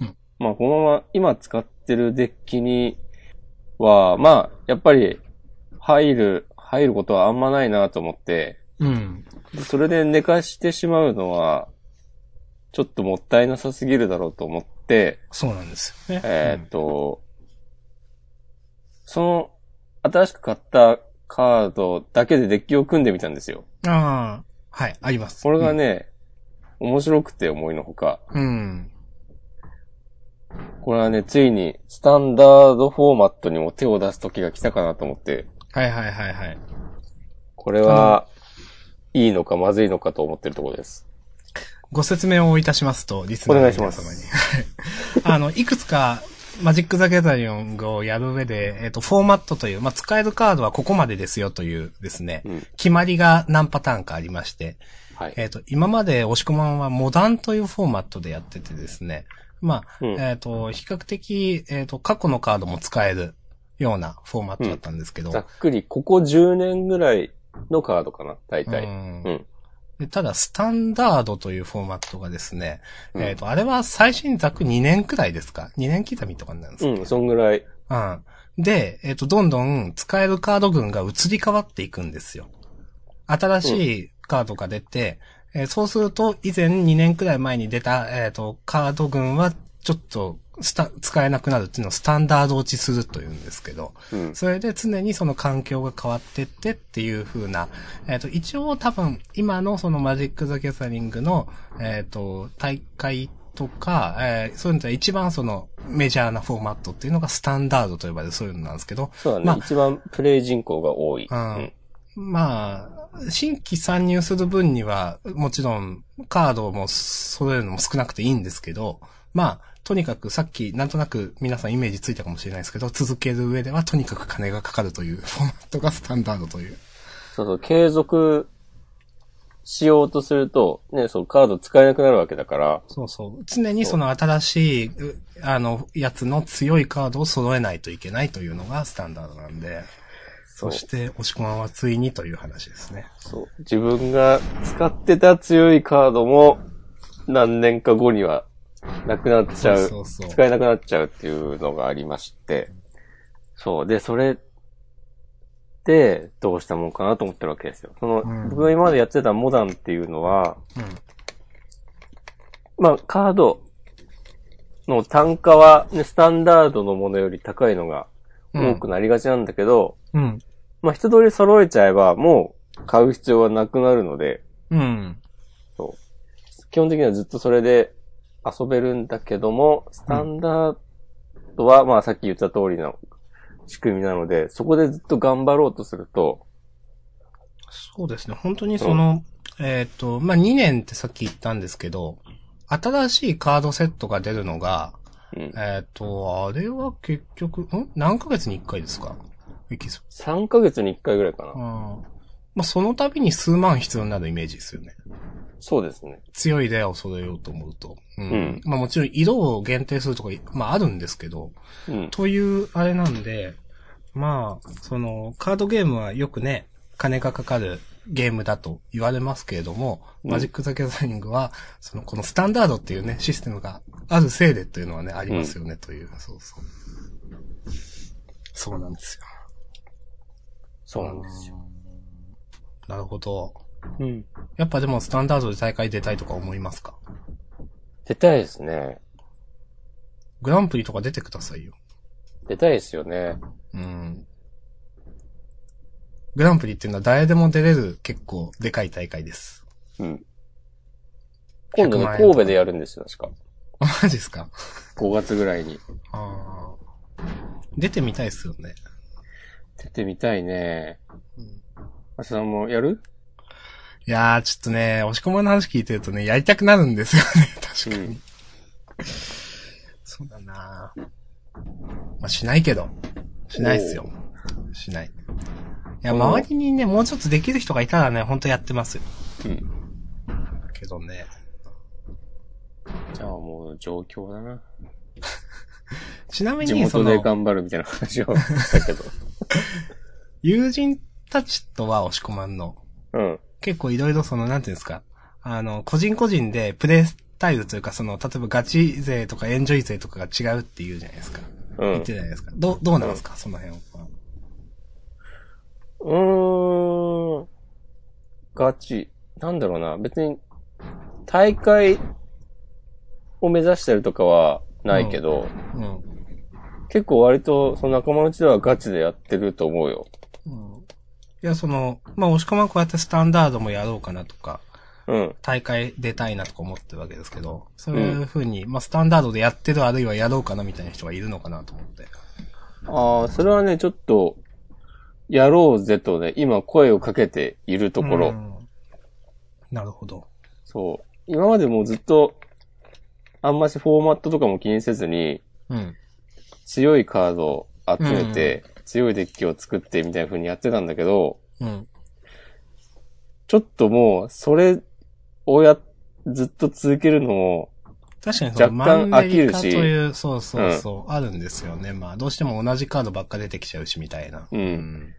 Speaker 1: うん
Speaker 2: まあ、このまま今使ってるデッキには、まあ、やっぱり、入る、入ることはあんまないなと思って、
Speaker 1: うん。
Speaker 2: それで寝かしてしまうのは、ちょっともったいなさすぎるだろうと思って、
Speaker 1: そうなんですよね。
Speaker 2: えーっと、その、新しく買ったカードだけでデッキを組んでみたんですよ。
Speaker 1: うんああ。はい、あります。
Speaker 2: これがね、面白くて思いのほか、
Speaker 1: うん。
Speaker 2: これはね、ついにスタンダードフォーマットにも手を出す時が来たかなと思って、
Speaker 1: はいはいはいはい。
Speaker 2: これは、いいのかまずいのかと思ってるところです。
Speaker 1: ご説明をいたしますと、リスナーの皆様
Speaker 2: お願い
Speaker 1: に。はい。あの、いくつか、マジック・ザ・ギャザリングをやる上で、えっ、と、フォーマットという、まあ、使えるカードはここまでですよというですね、
Speaker 2: うん。
Speaker 1: 決まりが何パターンかありまして、
Speaker 2: はい。
Speaker 1: えっ、と、今まで押し込まんはモダンというフォーマットでやっててですね、まあ、
Speaker 2: うん。
Speaker 1: えっ、と、比較的、えっ、と、過去のカードも使えるようなフォーマットだったんですけど、
Speaker 2: ざっくり、ここ10年ぐらいのカードかな、大
Speaker 1: う
Speaker 2: 体。
Speaker 1: ん
Speaker 2: うん。
Speaker 1: でただ、スタンダードというフォーマットがですね、
Speaker 2: うん
Speaker 1: えっ、と、あれは最新作2年くらいですか ?2 年刻みとかになるんです
Speaker 2: う
Speaker 1: か、
Speaker 2: ん、そんぐらい。
Speaker 1: うん、で、えっ、と、どんどん使えるカード群が移り変わっていくんですよ。新しいカードが出て、えーそうすると、以前2年くらい前に出た、えっ、と、カード群は、ちょっと、スタ、使えなくなるっていうのをスタンダード落ちするというんですけど、
Speaker 2: うん。
Speaker 1: それで常にその環境が変わってってっていう風な、えっ、と、一応多分今のそのマジック・ザ・ギャザリングの、えっ、と、大会とか、えーそういうので一番そのメジャーなフォーマットっていうのがスタンダードと呼ばれるそういうのなんですけど、
Speaker 2: そうだね、
Speaker 1: まあ
Speaker 2: 一番プレイ人口が多い。
Speaker 1: うんまあ、新規参入する分には、もちろんカードも揃えるのも少なくていいんですけど、まあ、とにかくさっきなんとなく皆さんイメージついたかもしれないですけど、続ける上ではとにかく金がかかるという *laughs* フォーマットがスタンダードという。
Speaker 2: そうそう、継続しようとすると、ね、そう、カード使えなくなるわけだから、
Speaker 1: そうそう。常にその新しい、うあの、やつの強いカードを揃えないといけないというのがスタンダードなんで、そ
Speaker 2: そ
Speaker 1: うして、押し込まんはついにという話ですね。
Speaker 2: そう。自分が使ってた強いカードも、何年か後には、なくなっちゃう
Speaker 1: そうそうそう
Speaker 2: 使えなくなっちゃうっていうのがありまして、そう。で、それで、どうしたもんかなと思ってるわけですよ。その、
Speaker 1: うん
Speaker 2: 僕が今までやってたモダンっていうのは、
Speaker 1: う
Speaker 2: まあ、カードの単価は、ね、スタンダードのものより高いのが
Speaker 1: ん。
Speaker 2: 多くなりがちなんだけど、
Speaker 1: うん。
Speaker 2: まあ、人通り揃えちゃえば、もう買う必要はなくなるので、
Speaker 1: うん。
Speaker 2: そう。基本的にはずっとそれで遊べるんだけども、スタンダードは、まあさっき言った通りの仕組みなので、そこでずっと頑張ろうとすると、
Speaker 1: そうですね。本当にその、えっ、と、まあ、2年ってさっき言ったんですけど、新しいカードセットが出るのが、
Speaker 2: うん、
Speaker 1: えっ、と、あれは結局、ん何ヶ月に1回ですかエキスポ。
Speaker 2: 3ヶ月に1回ぐらいか
Speaker 1: うん
Speaker 2: な。
Speaker 1: まあ、その度に数万必要になるイメージですよね。
Speaker 2: そうですね。
Speaker 1: 強いレアを揃えようと思うと。うん。
Speaker 2: うん
Speaker 1: まあ、もちろん色を限定するとか、まあ、あるんですけど、
Speaker 2: うん。
Speaker 1: という、あれなんで、まあ、その、カードゲームはよくね、金がかかるゲームだと言われますけれども、
Speaker 2: うん
Speaker 1: マジック・ザ・ギャザリングは、その、このスタンダードっていうね、システムがあるせいでっていうのはね、ありますよね、という、そうそう。そうなんですよ。
Speaker 2: そうなんですよ。
Speaker 1: なるほど。
Speaker 2: うん。
Speaker 1: やっぱでも、スタンダードで大会出たいとか思いますか
Speaker 2: 出たいですね。
Speaker 1: グランプリとか出てくださいよ。
Speaker 2: 出たいですよね。
Speaker 1: うん。グランプリっていうのは誰でも出れる結構でかい大会
Speaker 2: *laughs*
Speaker 1: です。
Speaker 2: うん。今度ね
Speaker 1: 100、万円とか
Speaker 2: 神戸でやるんですよ、確か。
Speaker 1: マジですか
Speaker 2: 5月ぐらいに。
Speaker 1: あー出てみたいですよね。
Speaker 2: 出てみたいね。
Speaker 1: うん
Speaker 2: あさんもやる
Speaker 1: いやー、ちょっとね、押し込まんの話聞いてるとね、やりたくなるんですよね、確かに。
Speaker 2: *laughs* うん
Speaker 1: そうだなまあ、しないけど。しないっすよ。しない。いや、
Speaker 2: おー
Speaker 1: 周りにね、もうちょっとできる人がいたらね、ほんとやってますよ。
Speaker 2: うん。
Speaker 1: けどね。
Speaker 2: じゃあもう状況だな。
Speaker 1: ちなみ
Speaker 2: 地
Speaker 1: に、そ
Speaker 2: 元で
Speaker 1: の、
Speaker 2: 頑張るみたいな話をしたけど。
Speaker 1: 友人たちとは押し込まんの。
Speaker 2: うん。
Speaker 1: 結構いろいろその、なんていうんですか。あの、個人個人でプレイスタイルというか、その、例えばガチ勢とかエンジョイ勢とかが違うっていうじゃないですか。
Speaker 2: う
Speaker 1: 言
Speaker 2: ん
Speaker 1: って。るじゃないですか。どう、どうなんですか、その辺は。
Speaker 2: うーん。ガチ。なんだろうな。別に、大会を目指してるとかはないけど、
Speaker 1: うん。
Speaker 2: 結構割と、その仲間内ではガチでやってると思うよ。
Speaker 1: うん。いや、その、まあ、押し込まんこうやってスタンダードもやろうかなとか、
Speaker 2: うん。
Speaker 1: 大会出たいなとか思ってるわけですけど、そういうふうに、まあ、スタンダードでやってるあるいはやろうかなみたいな人がいるのかなと思って。
Speaker 2: ああ、それはね、ちょっと、やろうぜとね、今声をかけているところ。
Speaker 1: うんなるほど。
Speaker 2: そう。今までもうずっと、あんましフォーマットとかも気にせずに、
Speaker 1: うん。
Speaker 2: 強いカードを集めて、強いデッキを作ってみたいな風にやってたんだけど、
Speaker 1: うん。
Speaker 2: ちょっともう、それをや、ずっと続けるのも、
Speaker 1: 確かにその、マ
Speaker 2: 若
Speaker 1: ン
Speaker 2: 干飽
Speaker 1: ネ
Speaker 2: き
Speaker 1: リ
Speaker 2: る
Speaker 1: 化
Speaker 2: し
Speaker 1: という、そうそうそう、あるんですよね。まあ、どうしても同じカードばっか出てきちゃうし、みたいな。
Speaker 2: うん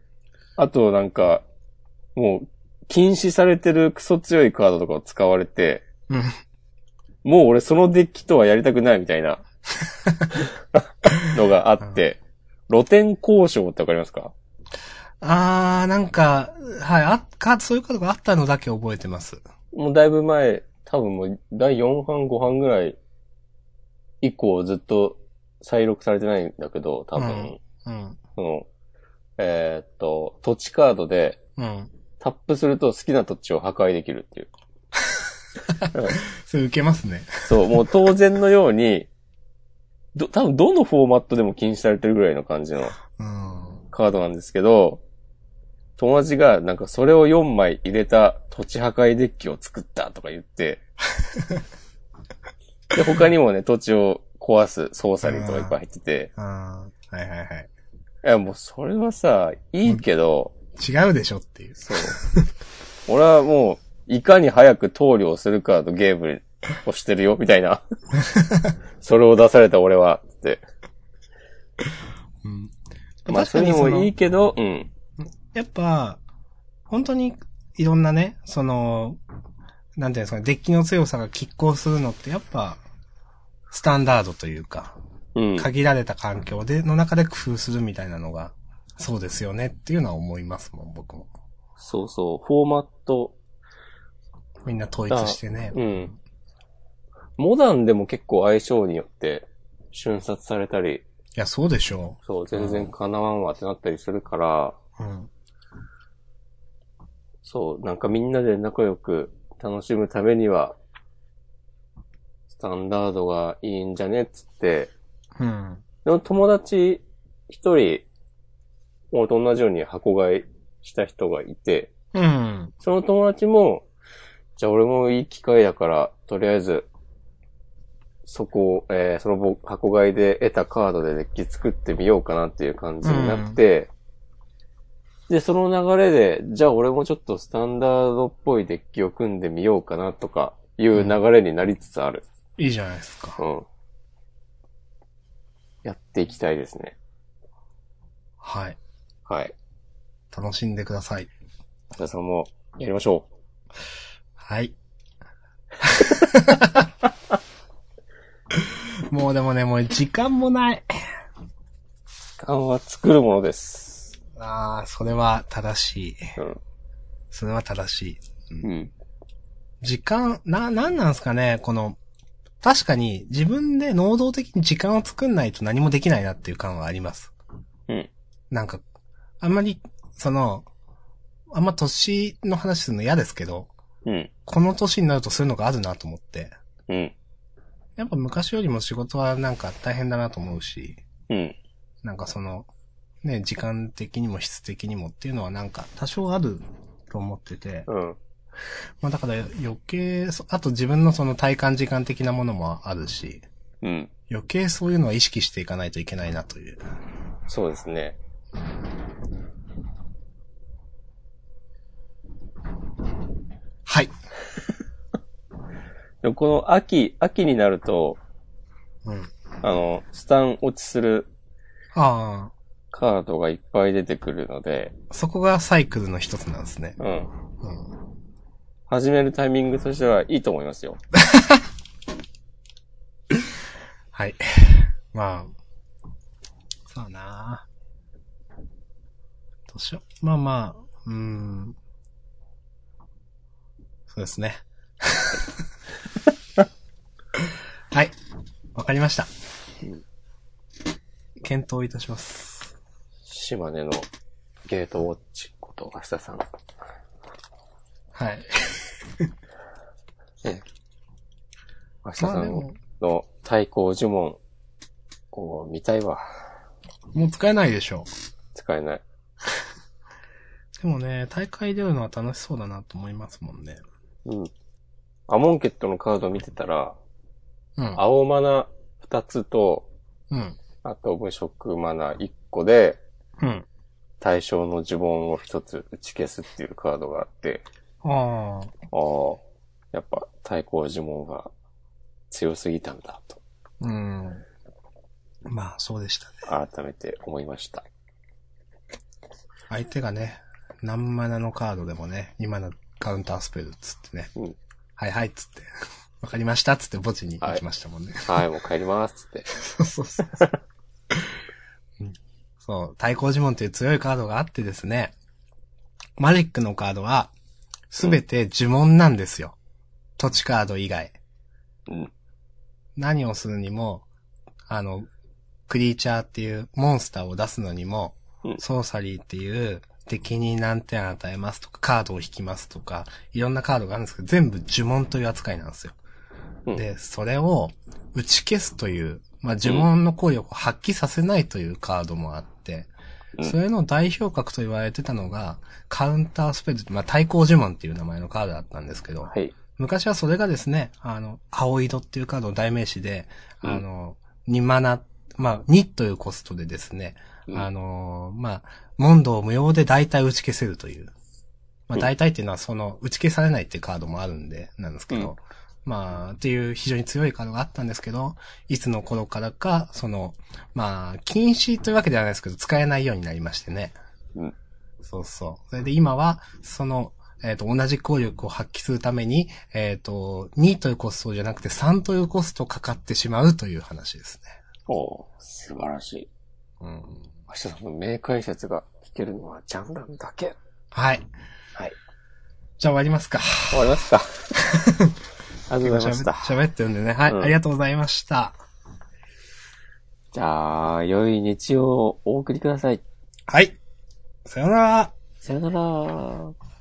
Speaker 2: あとなんか、もう、禁止されてるクソ強いカードとかを使われて、
Speaker 1: うん。
Speaker 2: もう俺そのデッキとはやりたくないみたいなのがあ *laughs* って、露天交渉ってわかりますか
Speaker 1: あー、なんか、はい、あっか、そういうことがあったのだけ覚えてます。
Speaker 2: もうだいぶ前、多分もう第4版5版ぐらい以降ずっと再録されてないんだけど、多分、
Speaker 1: うんうん。
Speaker 2: その、えーっと、土地カードで
Speaker 1: うん。
Speaker 2: タップすると好きな土地を破壊できるっていう。
Speaker 1: それ受けますね。
Speaker 2: そう、もう当然のように、ど、多分どのフォーマットでも禁止されてるぐらいの感じの
Speaker 1: うん。
Speaker 2: カードなんですけど、友達がなんかそれを4枚入れた土地破壊デッキを作ったとか言 *laughs* って、で、他にもね、土地を壊す操作にとかいっぱい入ってて、
Speaker 1: あーはいはいはい。
Speaker 2: いやもうそれはさ、いいけど、
Speaker 1: 違うでしょっていう。
Speaker 2: *laughs* そう。俺はもう、いかに早く投了するかとゲームをしてるよ、みたい *laughs* な。それを出された俺は、って。
Speaker 1: うん。
Speaker 2: まあ、それにもいいけど、うん。
Speaker 1: やっぱ、本当にいろんなね、その、なんていうんですかね、デッキの強さが拮抗するのってやっぱ、スタンダードというか、
Speaker 2: うん。
Speaker 1: 限られた環境で、の中で工夫するみたいなのが、そうですよねっていうのは思いますもん、僕も。
Speaker 2: そうそう、フォーマット、
Speaker 1: みんな統一してね。
Speaker 2: うん。モダンでも結構相性によって瞬殺されたり、
Speaker 1: いや、そうでしょ
Speaker 2: そう、全然叶わんわってなったりするから、
Speaker 1: う。うん。
Speaker 2: そう、なんかみんなで仲良く楽しむためには、スタンダードがいいんじゃねっつって、
Speaker 1: うん。
Speaker 2: でも友達一人、俺と同じように箱買いした人がいて、
Speaker 1: うん。
Speaker 2: その友達も、じゃあ俺もいい機会だから、とりあえず、そこを、えーそのぼ箱買いで得たカードでデッキ作ってみようかなっていう感じになって、で、その流れで、じゃあ俺もちょっとスタンダードっぽいデッキを組んでみようかなとかいう流れになりつつある。
Speaker 1: いいじゃないですか。
Speaker 2: うん。やっていきたいですね。
Speaker 1: はい。
Speaker 2: はい。
Speaker 1: 楽しんでください。
Speaker 2: 皆さんもやりましょう。
Speaker 1: はい。 *laughs* もうでもね、もう時間もない。
Speaker 2: 時間は作るものです。
Speaker 1: ああ、それは正しい。
Speaker 2: うん。
Speaker 1: それは正しい。
Speaker 2: うん。
Speaker 1: 時間、な、なんなんすかね、この、確かに自分で能動的に時間を作んないと何もできないなっていう感はあります。
Speaker 2: うん。
Speaker 1: なんか、あんまり、その、あんま年の話するの嫌ですけど、
Speaker 2: うん。
Speaker 1: この年になるとそういうのがあるなと思って。
Speaker 2: うん。
Speaker 1: やっぱ昔よりも仕事はなんか大変だなと思うし、
Speaker 2: うん。
Speaker 1: なんかその、ね、時間的にも質的にもっていうのはなんか多少あると思ってて、
Speaker 2: うん。
Speaker 1: まあだから余計そ、あと自分のその体感時間的なものもあるし、
Speaker 2: うん。
Speaker 1: 余計そういうのは意識していかないといけないなという。
Speaker 2: そうですね。
Speaker 1: はい。
Speaker 2: でもこの秋、秋になると、
Speaker 1: うん。
Speaker 2: あの、スタン落ちする
Speaker 1: ああ、
Speaker 2: カードがいっぱい出てくるので、
Speaker 1: そこがサイクルの一つなんですね。
Speaker 2: うん。
Speaker 1: うん。
Speaker 2: 始めるタイミングとしてはいいと思いますよ。
Speaker 1: はい。 *laughs* まあ、そうなどうしよう。まあまあ、うーん。そうですね。 *laughs* はい。わかりました。検討いたします。
Speaker 2: 島根のゲートウォッチこと、明日さん。
Speaker 1: はい。
Speaker 2: ええ。明日
Speaker 1: ま
Speaker 2: さ
Speaker 1: あで
Speaker 2: ん
Speaker 1: も、
Speaker 2: の対抗呪文を見たいわ。
Speaker 1: もう使えないでしょう。
Speaker 2: 使えない。
Speaker 1: でもね、大会出るのは楽しそうだなと思いますもんね。
Speaker 2: うん。アモンケットのカード見てたら、
Speaker 1: うん。
Speaker 2: 青マナ2つと、
Speaker 1: うん。
Speaker 2: あと無色マナ1個で、
Speaker 1: うん。
Speaker 2: 対象の呪文を一つ打ち消すっていうカードがあって、
Speaker 1: ああ。
Speaker 2: ああ、やっぱ対抗呪文が強すぎたんだと、
Speaker 1: うん。まあ、そうでしたね。
Speaker 2: 改めて思いました。
Speaker 1: 相手がね、何マナのカードでもね、今のカウンタースペルっつってね。
Speaker 2: うん
Speaker 1: はいはいっつって。わかりましたっつって墓地に行きましたもんね。 *laughs*
Speaker 2: はい、もう帰りますって。
Speaker 1: そうそう
Speaker 2: *laughs*
Speaker 1: そうそう。うんそう、対抗呪文という強いカードがあってですね、マジックのカードは、すべて呪文なんですよ。土地カード以外。
Speaker 2: うん。
Speaker 1: 何をするにも、あの、クリーチャーっていうモンスターを出すのにも、
Speaker 2: うん
Speaker 1: ソーサリーっていう敵に何点与えますとか、カードを引きますとか、いろんなカードがあるんですけど、全部呪文という扱いなんですよ。
Speaker 2: うん
Speaker 1: で、それを打ち消すという、まあ、呪文の効力を発揮させないというカードもあって、
Speaker 2: うん
Speaker 1: それの代表格と言われてたのが、カウンタースペル、まあ、対抗呪文っていう名前のカードだったんですけど、
Speaker 2: はい。
Speaker 1: 昔はそれがですね、あの、青色っていうカードの代名詞で、
Speaker 2: うん
Speaker 1: あの、2マナ、まあ、2というコストでですね、
Speaker 2: うん
Speaker 1: あの、まあ、問答無用で大体打ち消せるという。まあ、
Speaker 2: うん
Speaker 1: 大体っていうのはその、打ち消されないっていうカードもあるんで、なんですけど、
Speaker 2: うん
Speaker 1: まあ、っていう非常に強いカードがあったんですけど、いつの頃からか、その、まあ、禁止というわけではないですけど、使えないようになりましてね。
Speaker 2: うん
Speaker 1: そうそう。それで今は、その、えっ、と、同じ効力を発揮するために、えっ、と、2というコストじゃなくて3というコストかかってしまうという話です
Speaker 2: おう素晴らしい。
Speaker 1: ね。うん。
Speaker 2: 明日さんの名解説が聞けるのはジャンダンだけ。
Speaker 1: はい。
Speaker 2: はい。
Speaker 1: じゃあ終わりますか。
Speaker 2: 終わり *laughs* ますか。ありがとうございました。
Speaker 1: 喋ってるんでね。はい、
Speaker 2: うん
Speaker 1: ありがとうございました。
Speaker 2: じゃあ、良い日曜をお送りください。
Speaker 1: はい。さよなら。
Speaker 2: さよなら。